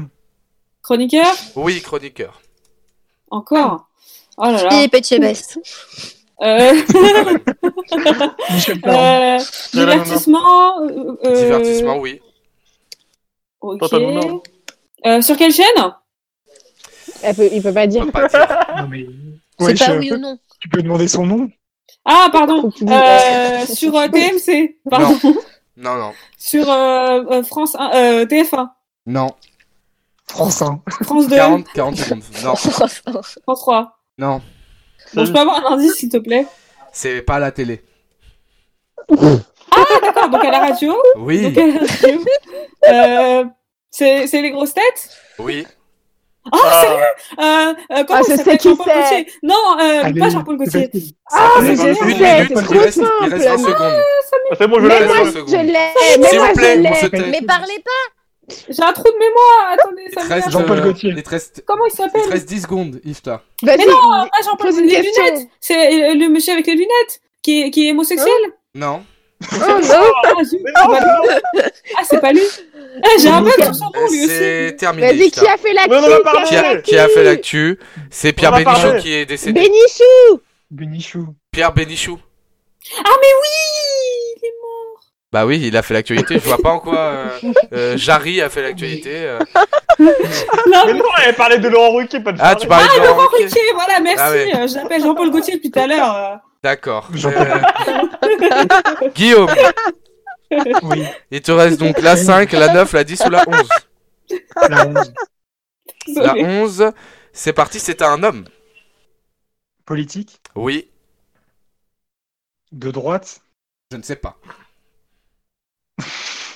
[SPEAKER 6] Chroniqueur
[SPEAKER 1] Oui, chroniqueur.
[SPEAKER 6] Encore Oh là là.
[SPEAKER 2] Philippe Etchebest.
[SPEAKER 1] (laughs)
[SPEAKER 6] Euh,
[SPEAKER 5] Michel Ferrand.
[SPEAKER 6] euh, divertissement euh, euh,
[SPEAKER 1] Divertissement, oui.
[SPEAKER 6] ok.
[SPEAKER 3] Totalement normal.
[SPEAKER 6] Euh, sur quelle chaîne
[SPEAKER 4] Elle peut- il peut pas
[SPEAKER 1] On
[SPEAKER 4] dire.
[SPEAKER 1] peut pas dire.
[SPEAKER 5] Non, mais-
[SPEAKER 2] C'est
[SPEAKER 5] Ouais,
[SPEAKER 2] pas
[SPEAKER 5] je-
[SPEAKER 2] oui ou non.
[SPEAKER 5] Tu peux demander son nom
[SPEAKER 6] Ah, pardon.
[SPEAKER 4] Faut que tu dises. (laughs)
[SPEAKER 6] Euh, sur euh, TMC. Pardon.
[SPEAKER 1] Non, non.
[SPEAKER 6] Sur euh, euh, France 1, euh, TF1.
[SPEAKER 1] Non.
[SPEAKER 5] France 1.
[SPEAKER 6] France 2.
[SPEAKER 1] 40, 40 secondes. Non,
[SPEAKER 6] France 3.
[SPEAKER 1] (laughs) non.
[SPEAKER 6] Bon, je peux avoir un indice, s'il te plaît
[SPEAKER 1] C'est pas la télé.
[SPEAKER 6] Ah, D'accord, donc à la radio.
[SPEAKER 1] Oui,
[SPEAKER 6] Donc à
[SPEAKER 4] (laughs)
[SPEAKER 6] la radio. Euh, c'est c'est les grosses têtes
[SPEAKER 1] oui.
[SPEAKER 3] Ah,
[SPEAKER 6] euh, euh, Comment
[SPEAKER 4] Ah,
[SPEAKER 6] ça
[SPEAKER 4] je
[SPEAKER 6] s'appelle
[SPEAKER 4] sais qui
[SPEAKER 6] Jean-Paul
[SPEAKER 4] c'est.
[SPEAKER 6] Gaultier Non, euh,
[SPEAKER 5] Allez,
[SPEAKER 6] pas Jean-Paul
[SPEAKER 5] c'est
[SPEAKER 6] Gaultier.
[SPEAKER 5] facile.
[SPEAKER 4] Ah,
[SPEAKER 5] Ça
[SPEAKER 4] mais
[SPEAKER 5] fait
[SPEAKER 4] je
[SPEAKER 5] vingt-huit
[SPEAKER 4] sais,
[SPEAKER 5] minutes,
[SPEAKER 4] c'est
[SPEAKER 5] parce
[SPEAKER 1] il
[SPEAKER 4] trop
[SPEAKER 1] reste, il
[SPEAKER 4] simple.
[SPEAKER 1] reste euh, 20 secondes.
[SPEAKER 3] c'est bon, Oh, je
[SPEAKER 4] Mais
[SPEAKER 1] Allez,
[SPEAKER 4] moi,
[SPEAKER 1] vingt
[SPEAKER 3] l'ai.
[SPEAKER 1] secondes.
[SPEAKER 4] je l'ai. Mais
[SPEAKER 1] S'il
[SPEAKER 4] moi,
[SPEAKER 1] vous plaît,
[SPEAKER 4] je
[SPEAKER 1] on se
[SPEAKER 4] l'ai.
[SPEAKER 1] tait.
[SPEAKER 2] Mais parlez pas
[SPEAKER 6] J'ai un trou de mémoire. Attendez,
[SPEAKER 1] Il
[SPEAKER 6] ça
[SPEAKER 1] te
[SPEAKER 6] me
[SPEAKER 1] reste,
[SPEAKER 6] vient.
[SPEAKER 5] Jean-Paul
[SPEAKER 1] euh,
[SPEAKER 5] Gaultier.
[SPEAKER 1] il te reste-
[SPEAKER 6] Comment il
[SPEAKER 1] il te
[SPEAKER 6] s'appelle
[SPEAKER 1] reste 10 secondes, Ifta.
[SPEAKER 4] Vas-y.
[SPEAKER 6] Mais non, pas Jean-Paul
[SPEAKER 4] Pose
[SPEAKER 6] Gaultier.
[SPEAKER 4] une
[SPEAKER 6] Les
[SPEAKER 4] question.
[SPEAKER 6] lunettes. C'est euh, le monsieur avec les lunettes qui est, qui est homosexuel.
[SPEAKER 1] Non.
[SPEAKER 4] Oh non.
[SPEAKER 1] Hein
[SPEAKER 6] Ah, zut, c'est pas lui. Ah, c'est
[SPEAKER 1] (laughs)
[SPEAKER 6] pas lui. Ah, J'ai un bug sur son nom, lui aussi.
[SPEAKER 1] C'est terminé.
[SPEAKER 4] Oh, Vas-y,
[SPEAKER 1] Ifta.
[SPEAKER 4] qui a fait la
[SPEAKER 3] Mais on en a parlé.
[SPEAKER 1] qui, a, qui a fait l'actu C'est Pierre
[SPEAKER 3] On en a parlé.
[SPEAKER 1] Bénichou qui est décédé.
[SPEAKER 4] Bénichou.
[SPEAKER 5] Benichou.
[SPEAKER 1] Pierre Bénichou.
[SPEAKER 6] Ah, Oui, il est mort.
[SPEAKER 1] Bah oui, il a fait l'actualité. Je vois pas en quoi. euh, euh, Jarry a fait l'actualité. euh.
[SPEAKER 3] Mais non, elle parlait de Laurent Ruquier, pas de
[SPEAKER 1] Ah, tu parlais de Laurent
[SPEAKER 6] Laurent
[SPEAKER 1] Ruquier.
[SPEAKER 6] Ruquier, voilà, merci.
[SPEAKER 1] Ah ouais.
[SPEAKER 6] Euh, Je l'appelle Jean-Paul Gaultier depuis tout à l'heure. euh.
[SPEAKER 1] D'accord.
[SPEAKER 5] Jean-Paul.
[SPEAKER 1] Euh, Guillaume,
[SPEAKER 5] Oui.
[SPEAKER 1] il te reste donc la 5, la 9, la 10 ou la 11.
[SPEAKER 5] La 11.
[SPEAKER 6] (laughs)
[SPEAKER 1] La
[SPEAKER 6] Désolée.
[SPEAKER 1] 11, c'est parti, c'est un homme.
[SPEAKER 5] Politique.
[SPEAKER 1] Oui,
[SPEAKER 5] De droite.
[SPEAKER 1] je ne sais pas.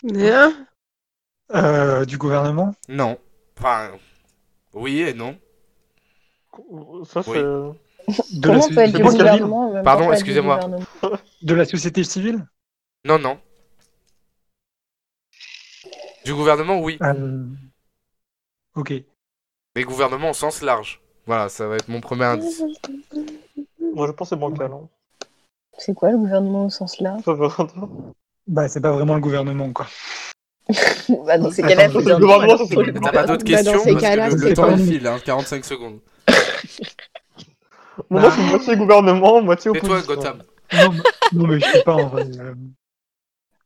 [SPEAKER 4] Bien.
[SPEAKER 5] euh, du gouvernement.
[SPEAKER 1] Non. Enfin, oui et non.
[SPEAKER 3] Ruquier. Ça, c'est.
[SPEAKER 1] Oui.
[SPEAKER 5] De la,
[SPEAKER 2] Comment on peut
[SPEAKER 5] so-
[SPEAKER 2] être
[SPEAKER 5] de
[SPEAKER 2] du
[SPEAKER 5] la-
[SPEAKER 2] gouvernement en même
[SPEAKER 1] Pardon,
[SPEAKER 2] temps, pas être du
[SPEAKER 1] excusez-moi.
[SPEAKER 2] gouvernement
[SPEAKER 5] de la société civile.
[SPEAKER 1] Non, non. Du gouvernement, oui.
[SPEAKER 5] Euh, Ok.
[SPEAKER 1] Mais gouvernement au sens large. Voilà, ça va être mon premier indice.
[SPEAKER 3] Moi, je pense que c'est bancal. hein.
[SPEAKER 2] C'est quoi le gouvernement au sens large
[SPEAKER 3] Ça va. (laughs)
[SPEAKER 5] Bah, c'est pas vraiment le gouvernement, (laughs) quoi.
[SPEAKER 2] Bah, dans ces cas-là,
[SPEAKER 5] Attends,
[SPEAKER 2] faut
[SPEAKER 5] le
[SPEAKER 2] bien
[SPEAKER 3] gouvernement,
[SPEAKER 2] prendre
[SPEAKER 3] c'est
[SPEAKER 2] pour
[SPEAKER 3] le
[SPEAKER 2] le
[SPEAKER 1] T'as pas d'autres
[SPEAKER 4] Bah, dans
[SPEAKER 1] questions
[SPEAKER 4] ces
[SPEAKER 1] parce
[SPEAKER 4] cas-là,
[SPEAKER 1] que le, le
[SPEAKER 5] c'est
[SPEAKER 1] temps
[SPEAKER 5] pas
[SPEAKER 1] il
[SPEAKER 5] bon.
[SPEAKER 1] file, hein, 45 secondes.
[SPEAKER 3] Bon, Moi, je suis moitié gouvernement, moitié
[SPEAKER 1] Et toi,
[SPEAKER 3] opposition.
[SPEAKER 1] Gotham
[SPEAKER 5] Non, mais- non, mais je sais pas, en vrai. euh,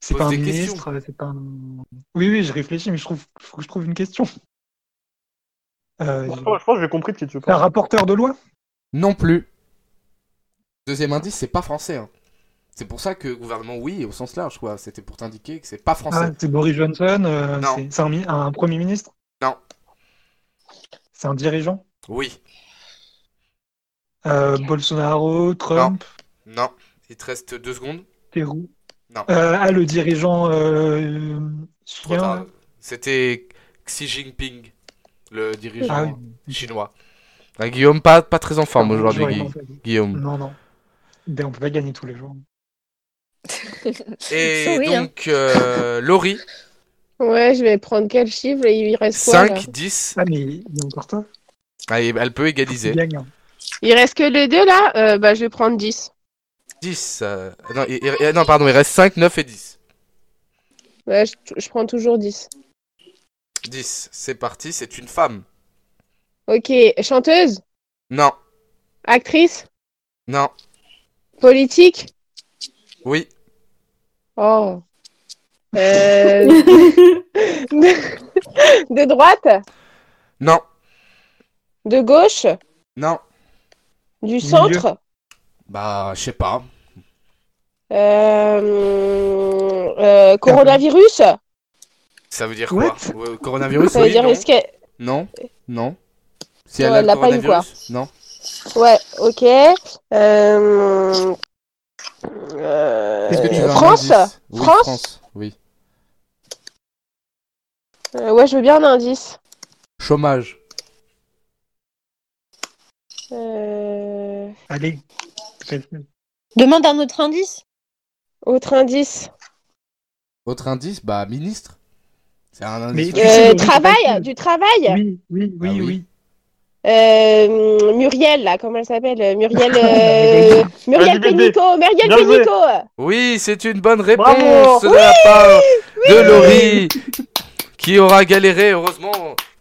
[SPEAKER 5] C'est
[SPEAKER 1] Pose
[SPEAKER 5] pas un
[SPEAKER 1] des
[SPEAKER 5] ministre, euh, c'est pas un... Oui, oui, je réfléchis, mais je trouve, faut que je trouve une question. Euh,
[SPEAKER 3] Je pense je pense que j'ai compris de qui tu
[SPEAKER 5] un
[SPEAKER 3] parles.
[SPEAKER 5] rapporteur de loi
[SPEAKER 1] Non plus. Deuxième indice, c'est pas français. hein. C'est pour ça que gouvernement, oui, au sens large, quoi. C'était pour t'indiquer que c'est pas
[SPEAKER 5] Ah,
[SPEAKER 1] français.
[SPEAKER 5] C'est Boris Johnson euh,
[SPEAKER 1] Non.
[SPEAKER 5] c'est- C'est un, mi- un Premier ministre
[SPEAKER 1] Non.
[SPEAKER 5] C'est un dirigeant
[SPEAKER 1] Oui,
[SPEAKER 5] Euh, Bolsonaro, Trump,
[SPEAKER 1] non. Il te reste deux secondes.
[SPEAKER 5] Pérou
[SPEAKER 1] Non.
[SPEAKER 5] Euh, ah, le dirigeant euh,
[SPEAKER 1] Trop
[SPEAKER 5] chien,
[SPEAKER 1] tard.
[SPEAKER 5] là.
[SPEAKER 1] C'était Xi Jinping, le dirigeant
[SPEAKER 5] Ah oui.
[SPEAKER 1] chinois. Ah, Guillaume, pas, pas très en forme aujourd'hui,
[SPEAKER 5] J'aurais
[SPEAKER 1] Guy-
[SPEAKER 5] pensé.
[SPEAKER 1] Guillaume.
[SPEAKER 5] Non, non. Ben, on peut pas gagner tous les jours.
[SPEAKER 1] Et
[SPEAKER 2] Souris, hein.
[SPEAKER 1] donc, euh, Laurie,
[SPEAKER 4] Ouais, je vais prendre quel chiffre et il reste quoi là
[SPEAKER 1] 5, 10.
[SPEAKER 5] Ah, mais il y a encore toi
[SPEAKER 1] Ah, et elle peut
[SPEAKER 5] Tu
[SPEAKER 1] égaliser.
[SPEAKER 5] gagnes. hein.
[SPEAKER 4] Il reste que les deux là Euh, Bah, je vais prendre 10.
[SPEAKER 1] 10. euh, non, il- il- non, pardon, il reste 5, 9 et 10.
[SPEAKER 4] Ouais, je, je prends toujours 10.
[SPEAKER 1] 10. C'est parti, c'est une femme.
[SPEAKER 4] Ok, chanteuse
[SPEAKER 1] Non,
[SPEAKER 4] Actrice
[SPEAKER 1] non,
[SPEAKER 4] Politique
[SPEAKER 1] oui.
[SPEAKER 4] Oh.
[SPEAKER 2] (laughs)
[SPEAKER 4] Euh, de de droite
[SPEAKER 1] Non,
[SPEAKER 4] De gauche
[SPEAKER 1] non.
[SPEAKER 4] Du centre
[SPEAKER 1] Bah, je sais pas.
[SPEAKER 4] Euh, euh, Coronavirus
[SPEAKER 1] Ça veut dire
[SPEAKER 5] What
[SPEAKER 1] quoi Ouais, Coronavirus,
[SPEAKER 4] Ça veut
[SPEAKER 1] oui,
[SPEAKER 4] dire
[SPEAKER 1] non.
[SPEAKER 4] risque...
[SPEAKER 1] non, non. Si
[SPEAKER 4] Non,
[SPEAKER 1] elle a
[SPEAKER 4] elle
[SPEAKER 1] le
[SPEAKER 4] l'a pas eu, Euh,
[SPEAKER 1] coronavirus, non.
[SPEAKER 4] Ouais, ok. Euh, euh,
[SPEAKER 1] Est-ce que tu veux un
[SPEAKER 4] France
[SPEAKER 1] indice Oui,
[SPEAKER 4] France
[SPEAKER 1] France, oui.
[SPEAKER 4] Euh, Ouais, je veux bien un indice.
[SPEAKER 1] Chômage.
[SPEAKER 4] Euh,
[SPEAKER 5] Allez.
[SPEAKER 2] Demande un autre indice.
[SPEAKER 4] Autre indice.
[SPEAKER 1] Autre indice, bah, ministre. C'est un
[SPEAKER 5] Mais
[SPEAKER 1] indice.
[SPEAKER 5] tu
[SPEAKER 4] Euh,
[SPEAKER 5] sais, Laurie, c'est
[SPEAKER 4] travail, du travail.
[SPEAKER 5] Oui, oui,
[SPEAKER 1] Ah
[SPEAKER 5] oui,
[SPEAKER 1] oui.
[SPEAKER 5] oui.
[SPEAKER 4] Euh, Muriel, là, comment elle s'appelle
[SPEAKER 1] (laughs)
[SPEAKER 4] Muriel, euh,
[SPEAKER 3] Vas-y,
[SPEAKER 4] Muriel Pénicaud, Muriel
[SPEAKER 3] Bien joué.
[SPEAKER 4] Pénicaud.
[SPEAKER 1] Oui, c'est une bonne réponse
[SPEAKER 3] Bravo
[SPEAKER 1] de la part de Laurie, qui aura galéré, heureusement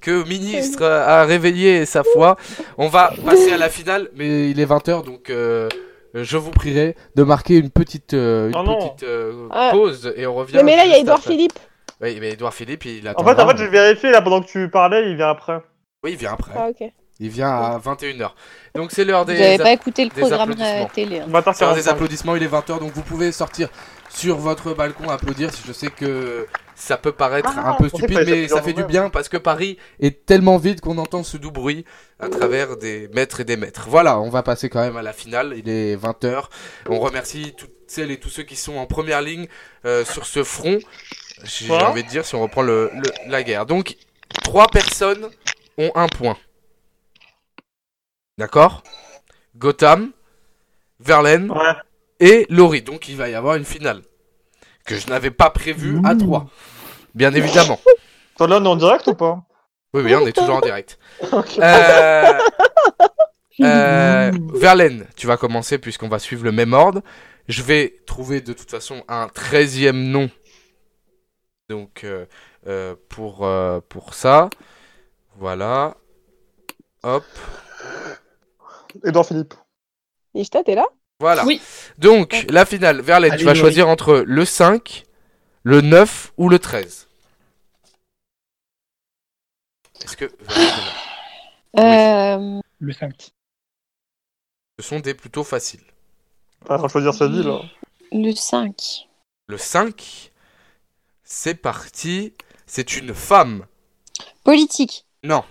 [SPEAKER 1] que Ministre a réveillé sa foi. On va passer à la finale, mais il est 20h, donc euh, je vous prierai de marquer une petite, euh, une
[SPEAKER 3] Oh non.
[SPEAKER 1] petite euh,
[SPEAKER 4] Ah.
[SPEAKER 1] pause et on revient.
[SPEAKER 4] Non, mais là, il y a
[SPEAKER 1] juste
[SPEAKER 4] Edouard
[SPEAKER 1] après.
[SPEAKER 4] Philippe.
[SPEAKER 1] Oui, mais Edouard Philippe, il attend.
[SPEAKER 3] En fait, en fait, j'ai vérifié là pendant que tu parlais, il vient après.
[SPEAKER 1] Oui, il vient après.
[SPEAKER 4] Ah, ok.
[SPEAKER 1] Il vient à 21h. Donc c'est l'heure
[SPEAKER 2] Vous
[SPEAKER 1] des...
[SPEAKER 2] n'avez pas écouté le
[SPEAKER 1] des
[SPEAKER 2] programme euh,
[SPEAKER 1] applaudissements.
[SPEAKER 2] télé. hein.
[SPEAKER 1] C'est l'heure des
[SPEAKER 3] 20h45.
[SPEAKER 1] applaudissements, il est 20h, donc vous pouvez sortir sur votre balcon applaudir. Je sais que ça peut paraître
[SPEAKER 3] Ah,
[SPEAKER 1] un peu
[SPEAKER 3] je pensais
[SPEAKER 1] stupide,
[SPEAKER 3] que
[SPEAKER 1] mais
[SPEAKER 3] t'allais
[SPEAKER 1] ça
[SPEAKER 3] sortir
[SPEAKER 1] fait du
[SPEAKER 3] vous-même.
[SPEAKER 1] bien parce que Paris est tellement vide qu'on entend ce doux bruit à travers des mètres et des mètres. Voilà, on va passer quand même à la finale, il est 20h. On remercie toutes celles et tous ceux qui sont en première ligne euh, sur ce front. J'ai
[SPEAKER 3] Quoi
[SPEAKER 1] envie de dire si on reprend le- le- la guerre. Donc, trois personnes ont un point. D'accord Gotham, Verlaine,
[SPEAKER 3] Ouais.
[SPEAKER 1] et Laurie. Donc il va y avoir une finale que je n'avais pas prévue à
[SPEAKER 5] Mmh.
[SPEAKER 1] 3. Bien évidemment.
[SPEAKER 3] Toi là, on est en direct ou pas
[SPEAKER 1] Oui, oui, on est toujours en direct. Euh, euh, Verlaine, tu vas commencer puisqu'on va suivre le même ordre. Je vais trouver de toute façon un 13e nom. Donc euh, euh, pour, euh, pour ça. Voilà. Hop.
[SPEAKER 3] Edouard Philippe.
[SPEAKER 4] Ishta, t'es là
[SPEAKER 1] Voilà.
[SPEAKER 6] Oui.
[SPEAKER 1] Donc la finale. Verlaine,
[SPEAKER 5] Allez,
[SPEAKER 1] tu vas
[SPEAKER 5] Laurie.
[SPEAKER 1] choisir entre le 5, le 9 ou le 13. Est-ce que Verlaine,
[SPEAKER 2] Euh,
[SPEAKER 5] Le 5.
[SPEAKER 1] ce sont des plutôt faciles
[SPEAKER 3] Enfin, faut choisir sa hein. vie là.
[SPEAKER 2] Le 5.
[SPEAKER 1] Le 5, c'est parti. C'est une femme.
[SPEAKER 2] Politique.
[SPEAKER 1] Non.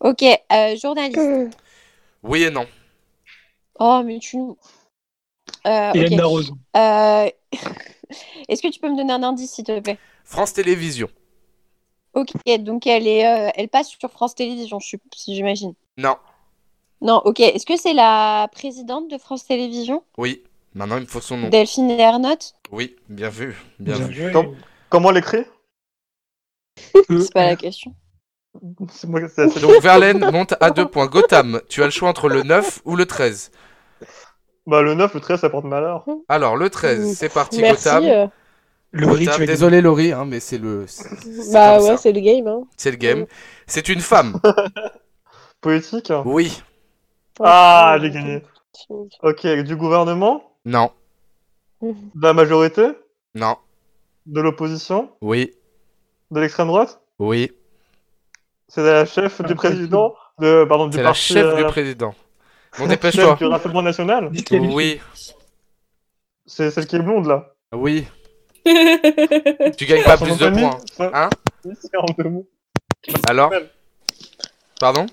[SPEAKER 2] Ok, euh, journaliste.
[SPEAKER 1] Oui et non.
[SPEAKER 2] Oh, mais tu nous. Euh,
[SPEAKER 5] Hélène
[SPEAKER 2] ok.
[SPEAKER 5] Darroze.
[SPEAKER 2] Euh, (laughs) Est-ce que tu peux me donner un indice, s'il te plaît
[SPEAKER 1] France Télévisions.
[SPEAKER 2] Ok, donc elle, est, euh, elle passe sur France Télévisions, je suis- si j'imagine.
[SPEAKER 1] Non.
[SPEAKER 2] Non, ok. Est-ce que c'est la présidente de France Télévisions
[SPEAKER 1] Oui. Maintenant, il me faut son nom.
[SPEAKER 2] Delphine Ernotte
[SPEAKER 1] Oui, bien vu. Bien, vu.
[SPEAKER 5] joué.
[SPEAKER 3] Comme- Comment l'écrit
[SPEAKER 2] C'est pas la question.
[SPEAKER 3] (laughs) C'est moi c'est c'est
[SPEAKER 1] Donc Verlaine monte à 2 points. Gotham, tu as le choix entre le 9 ou le 13.
[SPEAKER 3] Bah le 9, le 13, ça porte malheur.
[SPEAKER 1] Alors, le 13, c'est parti,
[SPEAKER 4] Mmh. Merci.
[SPEAKER 1] Gotham.
[SPEAKER 4] euh,
[SPEAKER 5] Laurie, tu
[SPEAKER 1] Gotham,
[SPEAKER 5] vas
[SPEAKER 1] Désolé Laurie, hein, mais c'est le, c'est
[SPEAKER 4] Bah
[SPEAKER 1] comme ça.
[SPEAKER 4] ouais, c'est le game. Hein.
[SPEAKER 1] c'est le game. C'est une femme.
[SPEAKER 3] Poétique.
[SPEAKER 1] Oui.
[SPEAKER 3] Ah, j'ai gagné. Ok, du gouvernement,
[SPEAKER 1] Non.
[SPEAKER 3] de la majorité,
[SPEAKER 1] Non.
[SPEAKER 3] de l'opposition,
[SPEAKER 1] Oui.
[SPEAKER 3] de l'extrême droite.
[SPEAKER 1] Oui.
[SPEAKER 3] C'est la chef du président de pardon du
[SPEAKER 1] C'est la
[SPEAKER 3] parti.
[SPEAKER 1] chef
[SPEAKER 3] euh,
[SPEAKER 1] du président. Bon,
[SPEAKER 3] chef
[SPEAKER 1] dépêche-toi.
[SPEAKER 3] du Rassemblement national.
[SPEAKER 5] désolé.
[SPEAKER 1] Oui.
[SPEAKER 3] C'est celle qui est blonde là.
[SPEAKER 4] (laughs)
[SPEAKER 1] Oui. Tu gagnes pas Ah,
[SPEAKER 3] Son
[SPEAKER 1] plus
[SPEAKER 3] nom
[SPEAKER 1] de
[SPEAKER 3] famille,
[SPEAKER 1] points.
[SPEAKER 3] ça-
[SPEAKER 1] Hein
[SPEAKER 3] C'est en deux mots.
[SPEAKER 1] Alors Pardon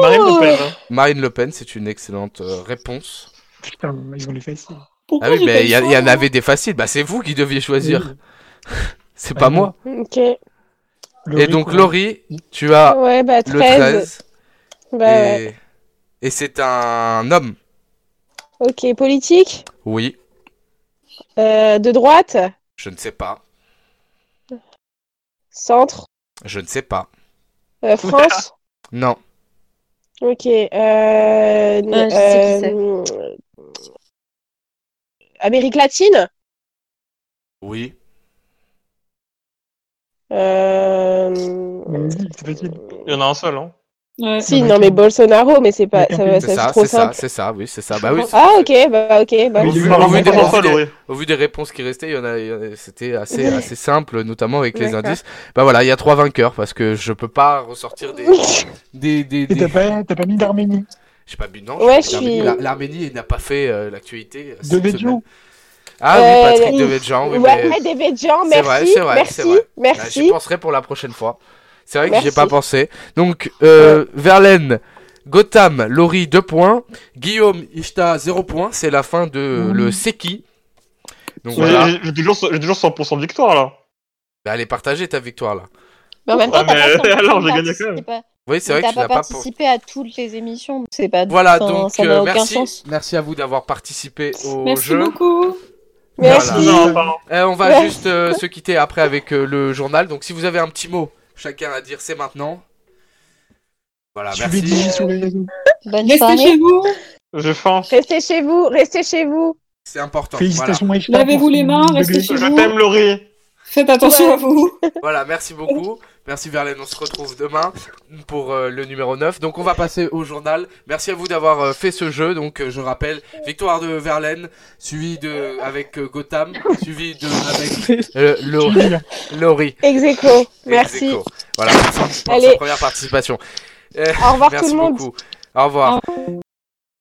[SPEAKER 3] Marine Le Pen. hein.
[SPEAKER 1] Marine Le Pen, c'est une excellente euh, réponse.
[SPEAKER 5] Putain, ils ont les faciles.
[SPEAKER 1] Ah oui, mais il y, a- il y en avait des faciles. Bah, c'est vous qui deviez choisir. (laughs) C'est pas
[SPEAKER 5] Ah,
[SPEAKER 1] moi.
[SPEAKER 4] Ok.
[SPEAKER 1] Et
[SPEAKER 5] euh,
[SPEAKER 1] donc, Laurie, tu
[SPEAKER 3] Ah,
[SPEAKER 1] as
[SPEAKER 4] ouais, bah
[SPEAKER 1] le
[SPEAKER 4] 13.
[SPEAKER 1] 13.
[SPEAKER 4] Bah ouais.
[SPEAKER 1] Et, et c'est un homme.
[SPEAKER 4] Ok, politique.
[SPEAKER 1] Oui.
[SPEAKER 4] Euh, de droite.
[SPEAKER 1] Je ne sais pas.
[SPEAKER 4] Centre.
[SPEAKER 1] Je ne sais pas.
[SPEAKER 4] euh, France.
[SPEAKER 1] Non.
[SPEAKER 4] Ok. Euh, euh,
[SPEAKER 2] sais qui
[SPEAKER 4] euh, Amérique latine.
[SPEAKER 1] Oui.
[SPEAKER 4] Euh,
[SPEAKER 5] C'est facile.
[SPEAKER 3] Il y en a un seul, hein.
[SPEAKER 6] Ouais.
[SPEAKER 4] Si, non, mais Bolsonaro, mais c'est pas,
[SPEAKER 5] Mais
[SPEAKER 4] ça,
[SPEAKER 1] C'est
[SPEAKER 4] ça,
[SPEAKER 1] ça,
[SPEAKER 4] c'est trop
[SPEAKER 1] c'est ça,
[SPEAKER 4] simple.
[SPEAKER 1] c'est ça, oui, c'est ça. Bah oui, c'est-
[SPEAKER 4] Ah, ok, bah, ok, bah,
[SPEAKER 5] Oui,
[SPEAKER 4] oui.
[SPEAKER 5] il y a eu
[SPEAKER 1] Au
[SPEAKER 5] un
[SPEAKER 1] vu des-
[SPEAKER 5] moment-
[SPEAKER 3] Comment ça, Laurie
[SPEAKER 1] au vu des réponses qui restaient, il y en a, il y en a- c'était assez, assez simple, notamment avec les
[SPEAKER 2] D'accord.
[SPEAKER 1] indices. Bah voilà, il y a trois vainqueurs parce que je peux pas ressortir des, des, des,
[SPEAKER 5] Et
[SPEAKER 1] des-
[SPEAKER 5] t'as pas, t'as pas mis d'Arménie.
[SPEAKER 1] J'ai pas bu, non
[SPEAKER 4] Ouais,
[SPEAKER 1] j'ai
[SPEAKER 4] je
[SPEAKER 1] pas bu.
[SPEAKER 4] suis-
[SPEAKER 1] L'Ar- L'Arménie n'a pas fait euh, l'actualité. euh,
[SPEAKER 5] De
[SPEAKER 1] cette
[SPEAKER 5] Vedjo.
[SPEAKER 1] semaine. Ah
[SPEAKER 4] Euh,
[SPEAKER 1] oui, Patrick
[SPEAKER 4] oui.
[SPEAKER 1] de Vedjan, oui,
[SPEAKER 4] ouais,
[SPEAKER 1] mais-
[SPEAKER 4] des Vedjans,
[SPEAKER 1] C'est
[SPEAKER 4] merci,
[SPEAKER 1] vrai, c'est vrai,
[SPEAKER 4] merci,
[SPEAKER 1] c'est vrai. Bah, J'y
[SPEAKER 4] merci.
[SPEAKER 1] penserai pour la prochaine fois. C'est vrai que j'y ai
[SPEAKER 4] Merci.
[SPEAKER 1] pas pensé. Donc, euh, Verlaine, Gotham, Laurie, 2 points. Guillaume, Ishta, 0 points. C'est la fin de
[SPEAKER 2] Mmh.
[SPEAKER 1] euh, le Seki. Donc
[SPEAKER 3] Mais
[SPEAKER 1] voilà,
[SPEAKER 3] J'ai j'ai toujours, j'ai toujours 100% de victoire, là.
[SPEAKER 1] Bah, allez partager ta victoire là.
[SPEAKER 2] Mais en
[SPEAKER 1] Ah,
[SPEAKER 2] même temps,
[SPEAKER 3] Ouais,
[SPEAKER 2] t'as
[SPEAKER 3] mais
[SPEAKER 2] pas
[SPEAKER 3] alors, j'ai
[SPEAKER 2] participé
[SPEAKER 3] gagné quand même.
[SPEAKER 2] pas-
[SPEAKER 1] Oui, c'est vrai que
[SPEAKER 2] t'as
[SPEAKER 1] tu n'as
[SPEAKER 2] pas
[SPEAKER 1] pas. pour-
[SPEAKER 2] participé à toutes les émissions, donc c'est pas.
[SPEAKER 1] Voilà,
[SPEAKER 2] ça-
[SPEAKER 1] donc
[SPEAKER 2] ça n'a
[SPEAKER 1] euh,
[SPEAKER 2] aucun
[SPEAKER 1] merci,
[SPEAKER 2] sens.
[SPEAKER 1] merci à vous d'avoir participé au
[SPEAKER 6] Merci
[SPEAKER 1] jeu.
[SPEAKER 6] beaucoup.
[SPEAKER 4] Merci.
[SPEAKER 1] Voilà.
[SPEAKER 3] Non, pardon.
[SPEAKER 1] Euh, on va
[SPEAKER 4] Ouais.
[SPEAKER 1] juste euh, se quitter après avec euh, le journal. Donc si vous avez un petit mot, chacun à dire, c'est maintenant. Voilà,
[SPEAKER 5] Je vais
[SPEAKER 1] ah, merci.
[SPEAKER 5] dire sur les réseaux.
[SPEAKER 2] Bonne
[SPEAKER 6] Restez
[SPEAKER 2] soirée.
[SPEAKER 6] chez vous,
[SPEAKER 3] J'ai faim.
[SPEAKER 4] Restez chez vous, restez chez vous.
[SPEAKER 1] C'est important. Voilà.
[SPEAKER 5] Félicitations, Aïcha,
[SPEAKER 6] Lavez-vous
[SPEAKER 5] pour
[SPEAKER 6] les
[SPEAKER 5] ton
[SPEAKER 6] mains,
[SPEAKER 5] bébé.
[SPEAKER 6] restez chez
[SPEAKER 3] Je
[SPEAKER 6] vous.
[SPEAKER 3] t'aime, Laurie.
[SPEAKER 6] Faites attention à vous.
[SPEAKER 1] Voilà, merci beaucoup. Merci Verlaine, on se retrouve demain pour euh, le numéro 9. Donc on va passer au journal. Merci à vous d'avoir euh, fait ce jeu. Donc euh, je rappelle, victoire de Verlaine, suivi de avec euh, Gotham, suivi de avec euh, Lo-
[SPEAKER 4] (laughs)
[SPEAKER 1] Laurie.
[SPEAKER 4] Execo,
[SPEAKER 1] et
[SPEAKER 4] merci.
[SPEAKER 1] Zeko. Voilà, pour sa- pour sa
[SPEAKER 4] Allez.
[SPEAKER 1] première participation.
[SPEAKER 4] Au revoir
[SPEAKER 1] Merci
[SPEAKER 4] tout le monde.
[SPEAKER 1] beaucoup. Au revoir.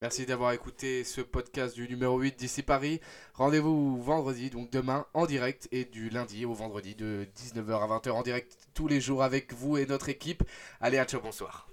[SPEAKER 1] Merci d'avoir écouté ce podcast du numéro 8 d'ici Paris. Rendez-vous vendredi, donc demain en direct et du lundi au vendredi de 19h à 20h en direct tous les jours avec vous et notre équipe. Allez, à ciao, bonsoir.